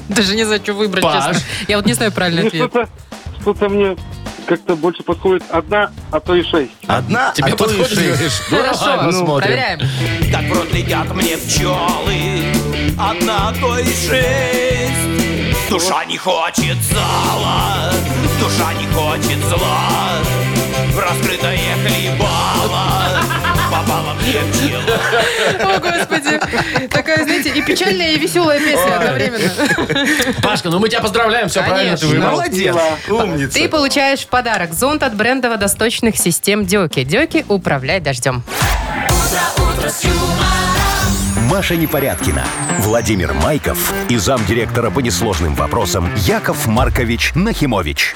S8: Даже не знаю, что выбрать,
S2: Паш.
S8: честно. Я вот не знаю правильный
S7: Ну,
S8: ответ.
S7: что-то что-то мне как-то больше подходит одна, а то и шесть.
S4: Одна,
S2: Тебе
S4: а то и
S2: подходит?
S4: шесть.
S2: говоришь? Ну, давай
S8: Хорошо, ну,
S2: посмотрим.
S8: проверяем.
S9: Как в рот летят мне пчелы, одна, а то и шесть. Душа не хочет зала, душа не хочет зла. В раскрытое хлебало попала мне пчела.
S8: О, Господи. Такая, знаете, и печальная, и веселая песня одновременно.
S2: Пашка, ну мы тебя поздравляем, все правильно
S8: Конечно.
S2: ты выбрал.
S4: Молодец, умница.
S8: Ты получаешь в подарок зонт от бренда водосточных систем Дёки. Дёки, управляй дождем.
S1: Маша Непорядкина, Владимир Майков и замдиректора по несложным вопросам Яков Маркович Нахимович.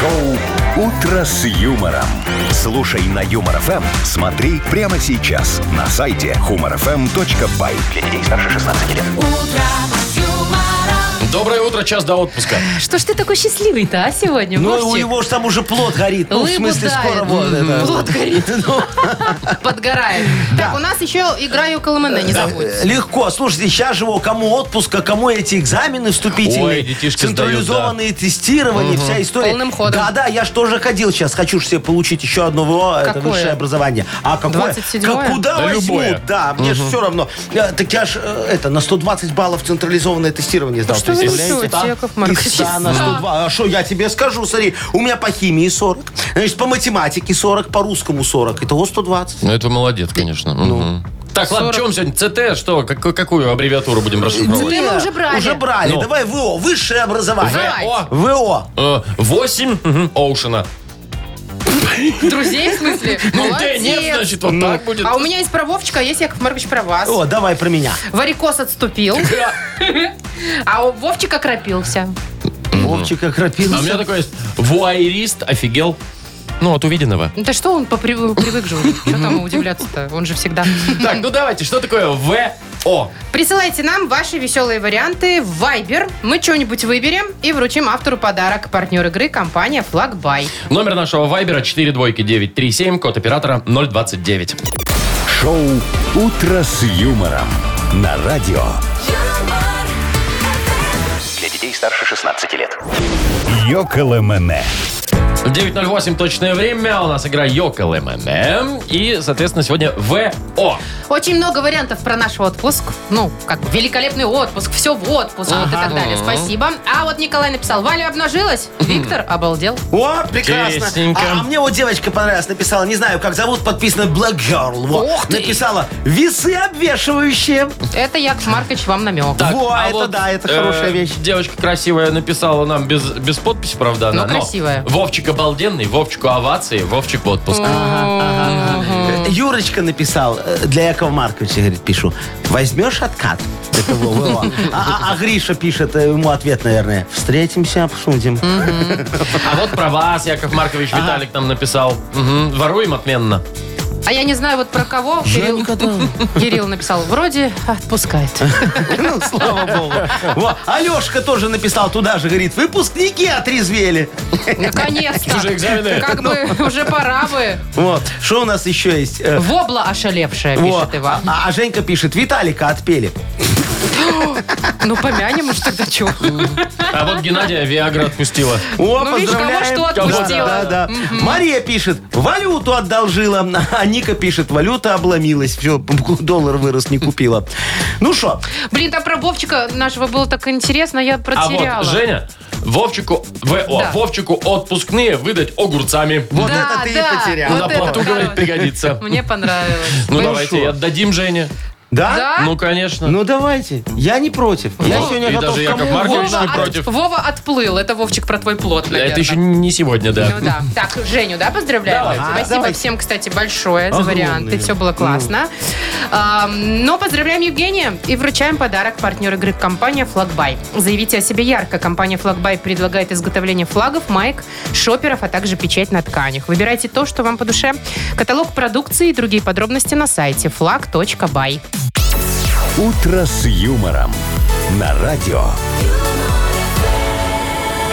S1: Шоу «Утро с юмором». Слушай на Юмор ФМ, смотри прямо сейчас на сайте humorfm.by.
S5: Для детей старше 16 лет.
S2: Доброе утро, час до отпуска.
S8: Что ж ты такой счастливый-то, а, сегодня,
S4: Ну, у
S8: Вовчик?
S4: него же там уже плод горит. Ну, в
S8: Лыбу
S4: смысле,
S8: тает.
S4: скоро вот это.
S8: Плод горит.
S4: Ну,
S8: Подгорает.
S3: Так, у нас еще игра около МН, не
S2: Э,
S3: забудь.
S4: Э, Легко. Слушайте, сейчас же во, кому отпуск, а кому эти экзамены вступительные,
S2: Ой, детишки сдают,
S4: централизованные тестирования, вся история.
S8: Полным ходом.
S4: Да-да, я же тоже ходил сейчас. Хочу же себе получить еще одно это,
S8: Какое?
S4: высшее образование. А какое?
S8: 27-е?
S4: Как- куда
S2: Да
S4: возьмут?
S2: любое.
S4: Да, мне же все равно. Я- Так я же это, на 120 баллов централизованное тестирование сдал.
S8: Что вы
S4: представляете?
S8: несете,
S4: Да.
S8: Яков Маркович?
S4: Из 100 а? на 102. А что я тебе скажу, смотри, у меня по химии 40, значит, по математике 40, по русскому 40. Итого 120.
S2: Ну, это молодец, конечно. Мгм. ну, Так, ладно, чем сегодня? ЦТ, что? Как- какую аббревиатуру будем расшифровывать?
S3: Ты мы уже брали.
S4: Уже брали.
S2: Ну.
S4: Давай ВО, высшее образование.
S2: ВО.
S4: ВО.
S2: 8 э, Оушена.
S8: Друзей, в смысле?
S2: Ну, да нет,
S8: Молодец.
S2: значит, вот так будет.
S3: А у меня есть про Вовчика, а есть Яков Маркович про вас.
S4: О, давай про меня.
S8: Варикос отступил. А у Вовчика окропился.
S4: Вовчик окропился.
S2: А у меня такое есть. Вуайрист офигел. Ну, от увиденного.
S8: Да что он попри- привык же? уже. Что там удивляться-то? Он же всегда...
S2: Так, ну давайте, что такое ВО?
S3: Присылайте нам ваши веселые варианты в Viber. Мы что-нибудь выберем и вручим автору подарок. Партнер игры – компания «Флагбай».
S2: Номер нашего вайбера 42937, код оператора 029.
S1: Шоу «Утро с юмором» на радио.
S5: Для детей старше 16 лет.
S1: Йоколэмэне.
S2: 9.08 точное время. У нас игра Йокол МММ. И, соответственно, сегодня ВО.
S3: Очень много вариантов про наш отпуск. Ну, как бы великолепный отпуск, все в отпуск вот и так далее. Спасибо. А вот Николай написал, Валя обнажилась, Виктор обалдел.
S4: О, прекрасно.
S2: Интересненько.
S4: А, а мне вот девочка понравилась, написала, не знаю, как зовут, подписано Black Girl. Вот.
S2: Ух ты.
S4: Написала, весы обвешивающие.
S3: Это Яков Маркович вам намек.
S4: Да. Во, это да, это хорошая вещь.
S2: а э, Девочка красивая написала нам без, без подписи, правда, она.
S3: Но красивая.
S2: Вовчик обалденный, Вовчику овации, Вовчик в отпуск.
S4: Э, Юрочка написал, э, для Якова Марковича, говорит, пишу, возьмешь откат? Это во, во, во. А, а- а Гриша пишет э, ему ответ, наверное. Встретимся, обсудим.
S2: А вот про вас, Яков Маркович Виталик нам написал. Мгм, Воруем отменно. а
S3: А я не знаю вот про кого. Кирилл, Кирилл написал, вроде отпускает.
S4: Ну, слава богу. Во, Алешка тоже написал туда же, говорит, выпускники отрезвели.
S3: Наконец-то.
S2: Уже экзамены?
S3: Как бы уже пора бы.
S4: Вот. Что у нас еще есть? Э,
S3: Вобла ошалевшая,
S4: во,
S3: пишет Иван.
S4: А а Женька пишет, Виталика отпели.
S3: Ну, помянем уж тогда чего.
S2: А вот Геннадия Виагра отпустила.
S4: О,
S3: Ну, видишь, кого
S4: поздравляем.
S3: что отпустила.
S4: Да, да, да. Мария пишет, валюту одолжила. А Ника пишет, валюта обломилась. Все, доллар вырос, не купила. Ну что,
S3: Блин, там про Вовчика нашего было так интересно, я
S2: А
S3: протеряла.
S2: вот Женя, Вовчику, ВО,
S3: Да.
S2: Вовчику отпускные выдать огурцами.
S4: вот
S3: Да,
S4: это ты и
S3: да.
S4: потерял.
S3: Вот
S2: На
S3: это
S2: плату,
S3: вот.
S2: говорит, пригодится.
S3: Мне понравилось.
S2: Ну,
S4: Ну
S2: давайте и
S4: шо?
S2: отдадим Жене.
S4: Да?
S3: Да?
S2: Ну, конечно.
S4: Ну давайте, я не против. Я
S2: Ну,
S4: сегодня
S2: и
S4: готов
S2: даже
S4: к
S2: Яков
S4: кому
S2: Маркович
S4: угодно.
S2: Конечно, не
S3: Вова, от-
S2: против.
S3: Вова отплыл. Это Вовчик про твой плод, наверное.
S2: Это еще не сегодня, да.
S3: Ну да. Так, Женю, да, поздравляем?
S2: Давай.
S3: Спасибо
S4: давайте.
S3: всем, кстати, большое за
S4: Огромное.
S3: варианты. Все было классно. Ам, Но поздравляем Евгения и вручаем подарок партнер игры компания «Флагбай». Заявите о себе ярко. Компания «Флагбай» предлагает изготовление флагов, майк, шоперов, а также печать на тканях. Выбирайте то, что вам по душе. Каталог продукции и другие подробности на сайте flag.by.
S1: «Утро с юмором» на радио.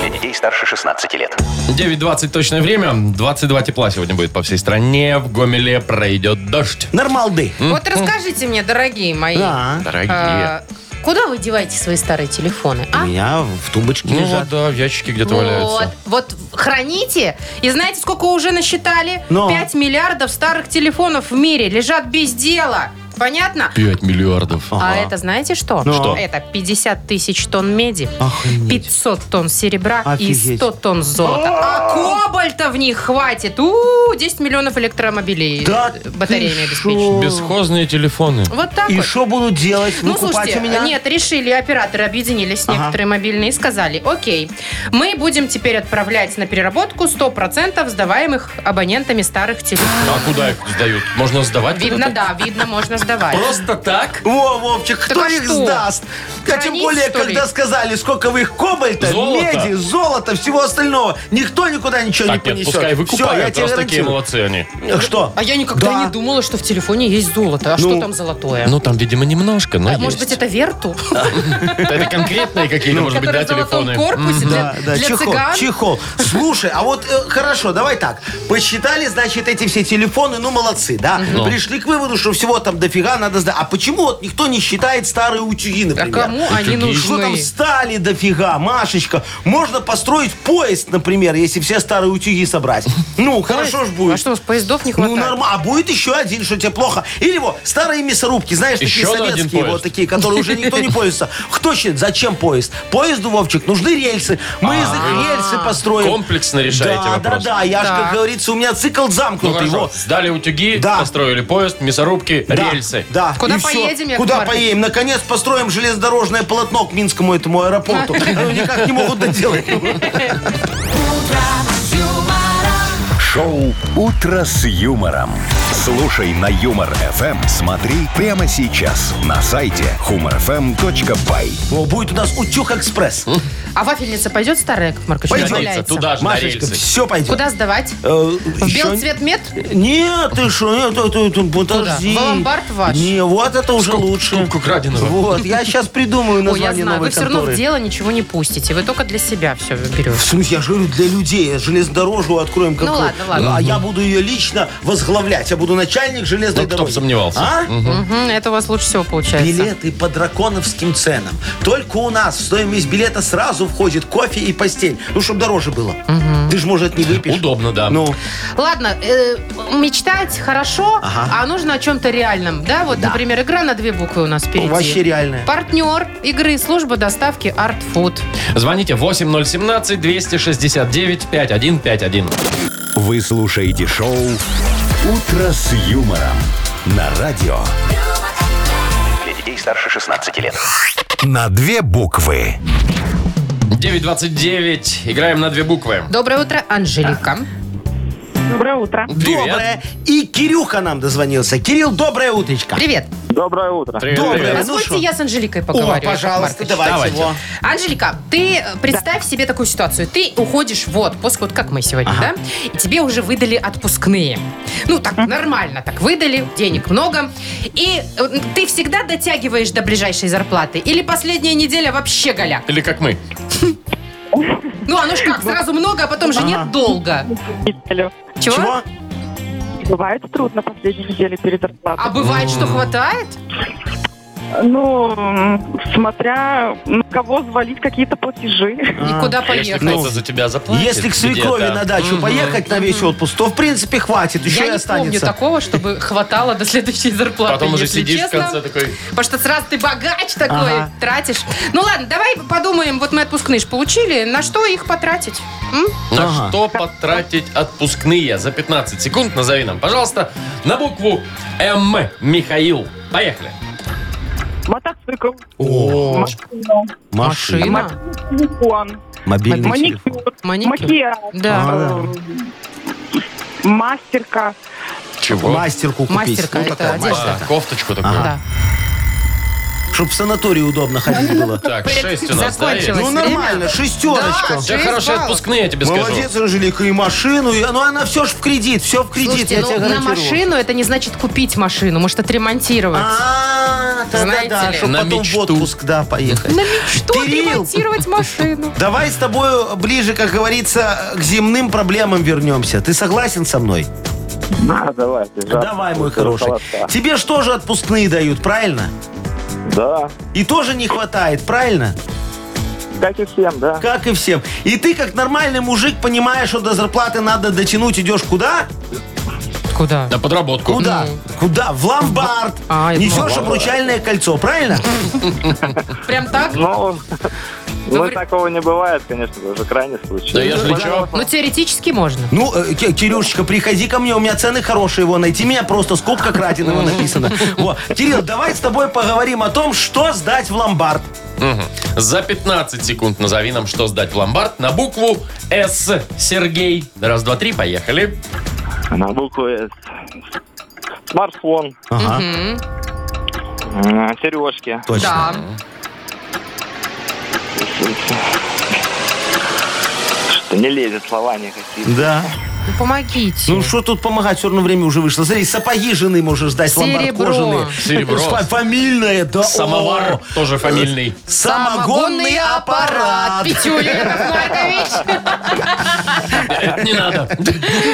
S5: Для детей старше 16 лет.
S2: 9.20 точное время. 22 тепла сегодня будет по всей стране. В Гомеле пройдет дождь.
S4: Нормалды.
S3: Вот расскажите мне, дорогие мои,
S4: Да.
S2: Дорогие.
S3: а, куда вы деваете свои старые телефоны,
S4: У
S3: а?
S4: меня в тумбочке
S2: Ну
S4: лежат.
S2: вот, да, в ящике где-то
S3: Вот,
S2: валяются.
S3: вот храните. И знаете, сколько уже насчитали?
S4: Но.
S3: 5 миллиардов старых телефонов в мире лежат без дела. Понятно?
S2: 5 миллиардов.
S3: А это знаете что?
S4: Ну. Что?
S3: Это 50 тысяч тонн меди,
S4: Охренеть.
S3: 500 тонн серебра и
S4: Офигеть.
S3: 100 тонн золота. А кобальта в них хватит. У 10 миллионов электромобилей
S4: Да
S3: э, батареями
S4: ты
S3: обеспечены.
S4: шо?
S2: Бесхозные телефоны.
S3: Вот так
S4: И
S3: вот.
S4: что будут делать?
S3: Ну,
S4: Выкупать
S3: слушайте,
S4: у меня?
S3: нет, решили, операторы объединились,
S4: Ага.
S3: некоторые мобильные, и сказали, окей, мы будем теперь отправлять на переработку 100% сдаваемых абонентами старых телефонов.
S2: А куда их сдают? Можно сдавать?
S3: Видно,
S2: куда-то?
S3: да, видно, можно сдавать.
S2: Просто так?
S4: О, Вовчик, кто
S3: а
S4: их
S3: что?
S4: сдаст? А тем
S3: Хранить,
S4: более,
S3: что ли?
S4: когда сказали, сколько вы их кобальта,
S2: Золото.
S4: меди, золота, всего остального. Никто никуда ничего
S2: Так,
S4: не
S2: нет,
S4: понесет.
S2: пускай
S4: Все, я
S2: выкупают.
S4: тебе
S2: Раз такие
S4: гарантирую.
S2: молодцы они.
S4: Что?
S3: А я никогда
S4: Да.
S3: не думала, что в телефоне есть золото. А
S4: Ну,
S3: что там золотое?
S2: Ну, там, видимо, немножко, но
S3: А Может быть,
S2: есть.
S3: это верту,
S2: Это конкретные какие-то, может быть,
S3: который
S2: да,
S3: в золотом
S2: телефоны?
S3: корпусе для
S4: Да, да,
S3: для
S4: чехол,
S3: цыган?
S4: чехол. Слушай, а вот э, хорошо, давай так. Посчитали, значит, эти все телефоны, ну, молодцы, да? Пришли к выводу, что всего там дофига надо сдать. А почему вот никто не считает старые утюги,
S3: А
S4: например?
S3: кому они
S2: Утюги.
S4: Ну, Что там
S3: нужны?
S4: стали дофига, Машечка? Можно построить поезд, например, если все старые утюги собрать. Ну, хорошо ж
S3: А
S4: будет.
S3: что, с поездов не
S4: Ну,
S3: хватает?
S4: нормально. А будет еще один, что тебе плохо. Или вот старые мясорубки, знаешь,
S2: Еще
S4: такие
S2: на один
S4: советские,
S2: поезд.
S4: вот такие, которые уже никто не пользуется. Кто считает, зачем поезд? Поезду, Вовчик, нужны рельсы. Мы из них рельсы построим.
S2: А, Комплексно решаете
S4: Да, да,
S2: вопрос.
S4: да. Я ж,
S3: Так.
S4: как говорится, у меня цикл
S2: Ну,
S4: замкнутый.
S2: хорошо.
S4: вот.
S2: Сдали утюги,
S4: Да.
S2: построили поезд, мясорубки,
S4: Да,
S2: рельсы.
S4: Да.
S3: Куда
S4: и всё.
S3: поедем, Яков
S4: Куда
S3: Маркович?
S4: поедем? Наконец построим железнодорожное полотно к Минскому этому
S3: А.
S4: аэропорту. Оно Никак не могут доделать.
S1: Шоу «Утро с юмором». Слушай на Юмор ФМ. Смотри прямо сейчас на сайте humorfm.by.
S4: О, Будет у нас утюг экспресс.
S3: А вафельница пойдет старая, как Маркович?
S4: Пойдет.
S3: Валяется.
S2: Туда же, на
S4: Машечка,
S2: рельсы.
S4: все пойдет.
S3: Куда сдавать? В белый цвет мед?
S4: Нет, ты что, нет, ты, ты- ты, подожди.
S3: В ломбард ваш?
S4: Не, вот это уже лучше.
S2: скупку краденого.
S4: Вот, я сейчас
S3: Ой,
S4: придумаю
S3: я
S4: название
S3: знаю, вы
S4: новой
S3: все равно в
S4: конторы.
S3: дело ничего не пустите. Вы только для себя все
S4: В
S3: берете.
S4: смысле, я же говорю, для людей. Железнодорожную откроем какую.
S3: Ну ладно, ладно.
S4: А я буду ее лично возглавлять. Я буду начальник железной
S2: Ну, кто бы
S4: дороги.
S2: сомневался.
S4: А?
S3: это у вас лучше всего получается.
S4: Билеты по драконовским ценам. Только у нас стоимость билета сразу сразу входит кофе и постель. Ну, чтобы дороже было. Ты же, может, не выпьешь.
S2: Удобно, да.
S4: Ну,
S3: Ладно, э, мечтать хорошо,
S4: Ага.
S3: а нужно о чем-то реальном. Да, вот, например, игра на две буквы у нас впереди.
S4: вообще реальное.
S3: Партнер игры служба доставки Art Food.
S2: Звоните 8017-269-5151.
S1: Вы слушаете шоу «Утро с юмором» на радио.
S5: Для детей старше 16 лет.
S1: На две буквы.
S2: 929. Играем на две буквы.
S3: Доброе утро, Анжелика.
S6: Доброе утро.
S2: Привет.
S4: Доброе. И Кирюха нам дозвонился. Кирилл, доброе утречко.
S3: Привет.
S7: Доброе утро.
S2: Привет,
S4: Доброе.
S2: привет.
S4: ну
S3: Позвольте,
S4: шо?
S3: я с Анжеликой
S4: О,
S3: поговорю.
S4: пожалуйста,
S3: Яков Маркович.
S4: давайте,
S2: Давайте.
S4: его.
S3: Анжелика, ты э, представь себе такую ситуацию. Ты уходишь в отпуск, вот как мы сегодня, да? И тебе уже выдали отпускные. Ну, так нормально так выдали, денег много. И э, ты всегда дотягиваешь до ближайшей зарплаты? Или последняя неделя вообще голяк?
S2: Или как мы.
S3: Ну, оно ж как, сразу много, а потом же нет долго.
S6: Неделю.
S3: Чего?
S4: Чего?
S6: Бывает трудно последние недели перед зарплатой.
S3: А бывает, что хватает?
S2: А.
S6: Ну, м, смотря на кого звалить какие-то платежи.
S3: И куда
S2: А, Если
S3: поехать? Ну,
S2: кто-то за тебя заплатит.
S4: Если к свекрови
S2: где-то.
S4: на дачу поехать на весь отпуск, то, в принципе, хватит. Еще
S3: Я
S4: и
S3: не помню
S4: останется.
S3: такого, чтобы хватало до следующей зарплаты.
S2: Потом уже
S3: если
S2: сидишь в
S3: честно.
S2: конце такой...
S3: Потому что сразу ты богач такой,
S4: Ага.
S3: тратишь. Ну ладно, давай подумаем, вот мы отпускные ж получили, на что их потратить? М?
S2: На
S4: Ага.
S2: что потратить отпускные? За 15 секунд назови нам, пожалуйста, на букву М. Михаил. Поехали.
S6: Мотоцикл,
S4: О,
S6: машина,
S3: Машина,
S6: телефон,
S4: Мобильный телефон.
S6: маникюр,
S3: маникюр.
S6: макияж, э,
S3: Да.
S4: А,
S6: мастерка.
S2: Чего?
S4: Мастерку купить.
S3: Мастерка,
S4: ну,
S3: это
S4: такая,
S3: одежда.
S4: мастерка.
S2: кофточку такую.
S3: Да.
S4: Чтоб в санатории удобно ходить было.
S2: Так, 6 у нас, да, есть?
S3: Закончилось.
S4: Ну, нормально, шестерочка.
S2: У тебя
S3: Шесть
S2: хорошие
S3: баллов.
S2: отпускные, я тебе скажу.
S4: Молодец, Анжелика, и машину. И, ну, она все ж в кредит, все в кредит,
S3: Слушайте,
S4: я
S3: ну,
S4: тебе
S3: на
S4: гарантирую.
S3: машину это не значит купить машину, может отремонтировать.
S4: А, да-да-да,
S3: Знаете ли.
S4: чтобы
S2: На
S4: потом в
S2: мечту.
S4: отпуск, да, поехать.
S3: На мечту
S4: Кирилл.
S3: отремонтировать машину.
S4: Давай с тобой ближе, как говорится, к земным проблемам вернемся. Ты согласен со мной?
S7: А, давайте. завтра.
S4: Давай, мой
S7: Всё
S4: хороший.
S7: холоста.
S4: Тебе же тоже отпускные дают, правильно?
S7: Да.
S4: И тоже не хватает, правильно?
S7: Как и всем, да.
S4: Как и всем. И ты, как нормальный мужик, понимаешь, что до зарплаты надо дотянуть, идешь куда?
S3: Куда?
S2: На подработку.
S4: Куда? Куда? В ломбард.
S3: А, я думала, в
S4: Несешь обручальное кольцо, правильно?
S3: Прям так?
S7: Ну, ну,
S3: вр-
S7: такого не бывает, конечно, уже крайний случай.
S2: Да я ж ничего.
S3: Ну, теоретически можно.
S4: Ну, э, Ки- Кирюшечка, приходи ко мне, у меня цены хорошие, его найти меня просто скупка краденого написано. Во. Кирилл, давай с тобой поговорим о том, что сдать в ломбард.
S2: Мгм. За 15 секунд назови нам, что сдать в ломбард. На букву С. Сергей. Раз, два, три, поехали.
S7: На букву С. Смартфон,
S4: Ага,
S3: М,
S7: м, сережки,
S3: Да.
S4: точно.
S7: что не лезет слова никакие.
S4: Да.
S3: Ну, помогите.
S4: Ну, что тут помогать, все равно время уже вышло. Смотри, сапоги жены можешь сдать в ломбард
S3: Серебро.
S4: кожаные.
S2: Серебро.
S4: Фа- Фамильное, да. о.
S2: Самовар тоже фамильный.
S4: Самогонный аппарат.
S3: Петюня, Яков Маркович.
S2: Это не надо.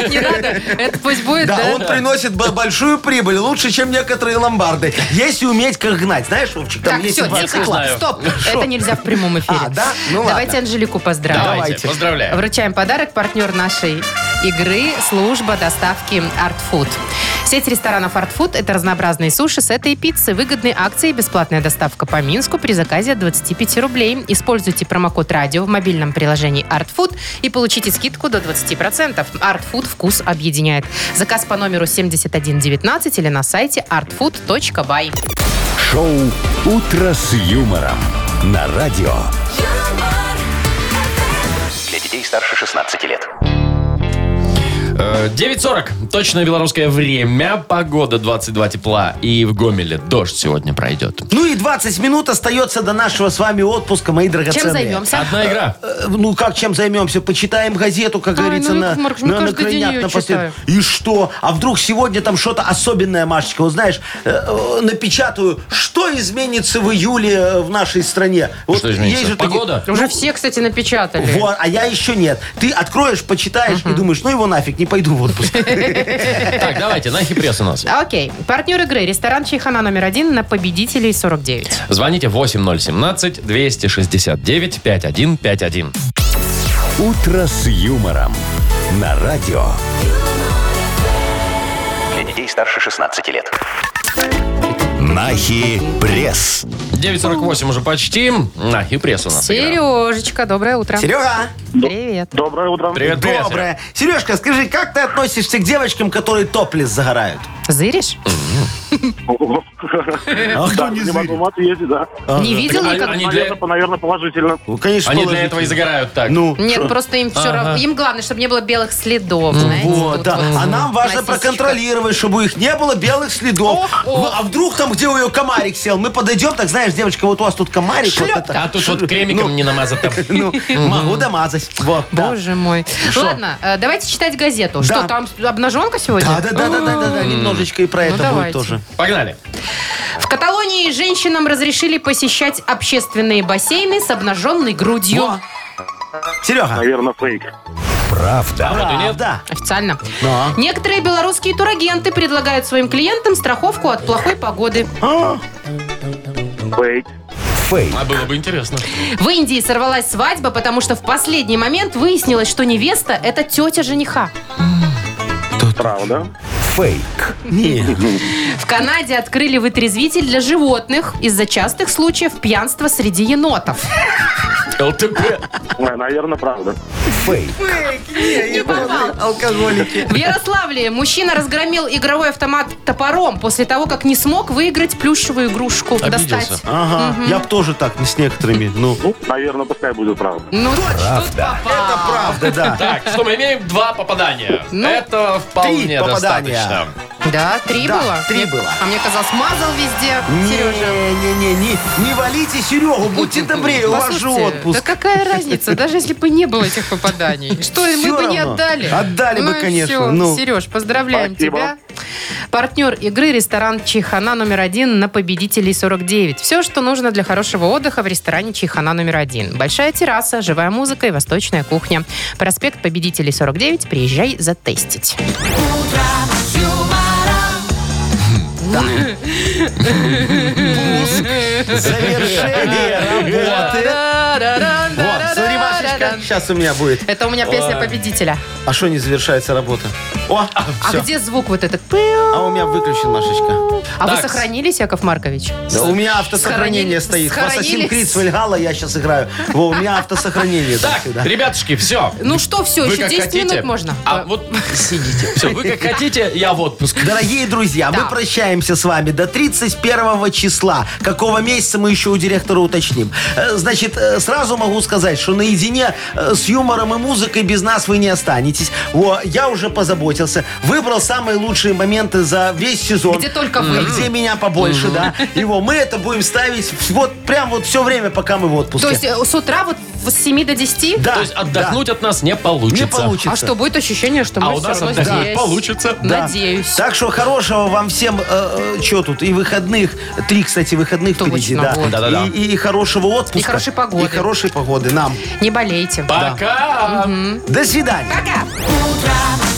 S3: Не надо. Это пусть будет,
S4: Да, он
S3: да?
S4: приносит б- большую прибыль, лучше, чем некоторые ломбарды. Если уметь как гнать. Знаешь, Вовчик, там
S3: Так,
S4: есть
S3: все,
S4: два
S3: тихо,
S4: цикла.
S2: знаю. Ну
S3: стоп. Это нельзя в прямом эфире.
S4: А, да? Ну ладно.
S3: Давайте Анжелику поздравим.
S2: Давайте, поздравляем.
S3: Вручаем подарок партнер нашей игры «Служба доставки Art Food». Сеть ресторанов Art Food – это разнообразные суши, сеты и пиццы, выгодные акции и бесплатная доставка по Минску при заказе от 25 рублей. Используйте промокод «Радио» в мобильном приложении Art Food и получите скидку до 20%. Art Food вкус объединяет. Заказ по номеру 7119 или на сайте artfood.by.
S1: Шоу «Утро с юмором» на радио.
S5: Для детей старше 16 лет.
S2: Э, 9.40. Точное белорусское время. Погода 22 тепла. И в Гомеле дождь сегодня пройдет.
S4: Ну и 20 минут остается до нашего с вами отпуска, мои драгоценные.
S3: Чем займемся?
S2: Одна игра.
S4: Э, Ну как, чем займемся? Почитаем газету, как
S3: Ай,
S4: говорится,
S3: ну,
S4: на,
S3: Яков Маркович, ну,
S4: на, на
S3: каждый день
S4: крайняк,
S3: её
S4: на послед-
S3: читаю.
S4: И что? А вдруг сегодня там что-то особенное, Машечка? Вот знаешь, э, э, напечатаю, что изменится в июле э, в нашей стране? Вот
S2: Что изменится?
S4: есть же такие-
S2: Погода?
S3: Уже все, кстати, напечатали.
S4: Вот, а я еще нет. Ты откроешь, почитаешь и думаешь, ну его нафиг, не пойду в отпуск.
S2: Так, давайте, нахи пресс у нас.
S3: Окей. Партнер игры. Ресторан Чайхана номер один на победителей 49.
S2: Звоните 8017-269-5151.
S1: «Утро с юмором» на радио.
S5: Для детей старше 16 лет.
S1: Нахи пресс.
S2: 9.48 уже почти. Нахи пресс у нас. игра.
S3: Сережечка, доброе утро.
S4: Серега!
S3: Привет.
S7: Доброе утро.
S2: Привет, привет. Серег.
S4: Доброе. Сережка, скажи, как ты относишься к девочкам, которые топлес загорают?
S3: Зыришь?
S4: А кто
S7: Да,
S4: не
S7: не могу
S4: зырит?
S7: в ответ, да.
S3: Не видел
S2: Так, а-
S3: никак?
S2: Они для-
S7: Наверное, по- наверное, положительно.
S4: Ну, конечно,
S2: Они для
S4: положительно.
S2: этого и загорают так.
S4: Ну,
S3: Нет,
S4: шо?
S3: просто им все
S2: Ага.
S3: равно. Им главное, чтобы не было белых следов. знаете,
S4: Ну Вот,
S3: тут
S4: да.
S3: вот
S4: А нам
S3: на
S4: важно
S3: сисечках.
S4: проконтролировать, чтобы у них не было белых следов.
S3: Ох, ох.
S4: В- А вдруг там, где у ее комарик сел, мы подойдем, так знаешь, девочка, вот у вас тут комарик. вот это.
S2: А тут вот кремиком не намазато.
S4: Ну, могу домазать. Вот, да. Ну
S3: Боже мой.
S4: Шо?
S3: Ладно, э, давайте читать газету. Что, там обнаженка сегодня?
S4: Да, да, да, да, да, да, да, немножечко и про
S3: Ну,
S4: это
S3: давайте.
S4: будет тоже.
S2: Погнали.
S3: В Каталонии женщинам разрешили посещать общественные бассейны с обнаженной грудью.
S4: Во. Серега.
S7: Наверное, фейк.
S2: А вот и нет.
S4: Да.
S3: Официально. Некоторые белорусские турагенты предлагают своим клиентам страховку от плохой погоды.
S4: А?
S7: Фейк.
S1: Фейк.
S2: А было бы интересно.
S3: В Индии сорвалась свадьба, потому что в последний момент выяснилось, что невеста – это тетя жениха.
S7: Правда.
S1: Фейк.
S3: В Канаде открыли вытрезвитель для животных из-за частых случаев пьянства среди енотов.
S2: ЛТП.
S7: Наверное, правда.
S1: Фейк.
S4: Алкоголики.
S3: В Ярославле мужчина разгромил игровой автомат топором после того, как не смог выиграть плюшевую игрушку.
S2: Обиделся.
S3: Достать.
S4: Ага. Я б тоже так с некоторыми. Ну,
S7: Ну, наверное, пускай будет правда.
S3: Ну, тут
S4: это правда, да.
S2: Так, что мы имеем? Два попадания.
S3: Ну,
S2: Это вполне
S4: три попадания.
S2: достаточно.
S3: Да, три
S4: Да,
S3: было?
S4: три было.
S3: А мне казалось, мазал везде, Сережа.
S4: Не-не-не, не, не валите Серегу, Ну, будьте добрее, у вас же
S3: Послушайте,
S4: отпуск.
S3: Да какая разница, даже если бы не было этих попаданий. Что, мы
S4: Всё
S3: бы не
S4: равно.
S3: отдали.
S4: Отдали бы,
S3: и
S4: конечно,
S3: всё.
S4: ну.
S3: Сереж, поздравляем
S7: Спасибо.
S3: тебя. Партнер игры ресторан Чайхана номер один на победителей 49. Все, что нужно для хорошего отдыха в ресторане Чайхана номер один. Большая терраса, живая музыка и восточная кухня. Проспект победителей 49. Приезжай затестить.
S4: Завершение работы. Вот, смотри, Машечка, сейчас у меня будет.
S3: Это у меня песня победителя.
S4: А что не завершается работа? О,
S3: А
S4: все.
S3: где звук вот этот?
S4: А у меня выключен, Машечка.
S3: А вы
S2: Так.
S3: сохранились, Яков Маркович?
S4: Да, у меня автосохранение
S3: Схоронили-
S4: стоит. В Assassin's
S3: схоронились.
S4: Creed Свальгала я сейчас играю. Во, у меня автосохранение там
S2: Так,
S4: всегда.
S2: ребятушки, все.
S3: Ну что, все,
S2: Вы
S3: еще
S2: как
S3: 10
S2: хотите.
S3: минут можно.
S2: А вот сидите. Все, вы как хотите, я в отпуск.
S4: Дорогие друзья,
S3: Да.
S4: мы прощаемся с вами до 31 числа. Какого месяца мы еще у директора уточним. Э, Значит, э, сразу могу сказать, что наедине э, с юмором и музыкой без нас вы не останетесь. Во, я уже позаботился. Выбрал самые лучшие моменты за весь сезон.
S3: А Где только вы.
S4: М, Где меня побольше, да. И во, мы это будем ставить вот прям вот все время, пока мы в отпуске.
S3: То есть э, с утра вот в- с 7 до 10?
S4: да,
S2: То есть
S4: да.
S2: отдохнуть от нас не
S4: не
S2: получится.
S4: получится.
S3: А что, будет ощущение, что
S2: А
S3: мы
S2: у
S3: все
S2: нас
S3: равно
S2: отдохнуть
S3: здесь?
S2: получится.
S4: Да.
S3: Надеюсь.
S4: Так что хорошего вам всем, что тут, и выходных. Три, кстати, выходных
S3: Точно,
S4: впереди. Да.
S3: вот.
S2: Да-да-да.
S4: И, и хорошего отпуска.
S3: И хорошей погоды.
S4: И хорошей погоды нам.
S3: Не болейте.
S2: Пока!
S4: До свидания.
S3: Пока.
S10: Утро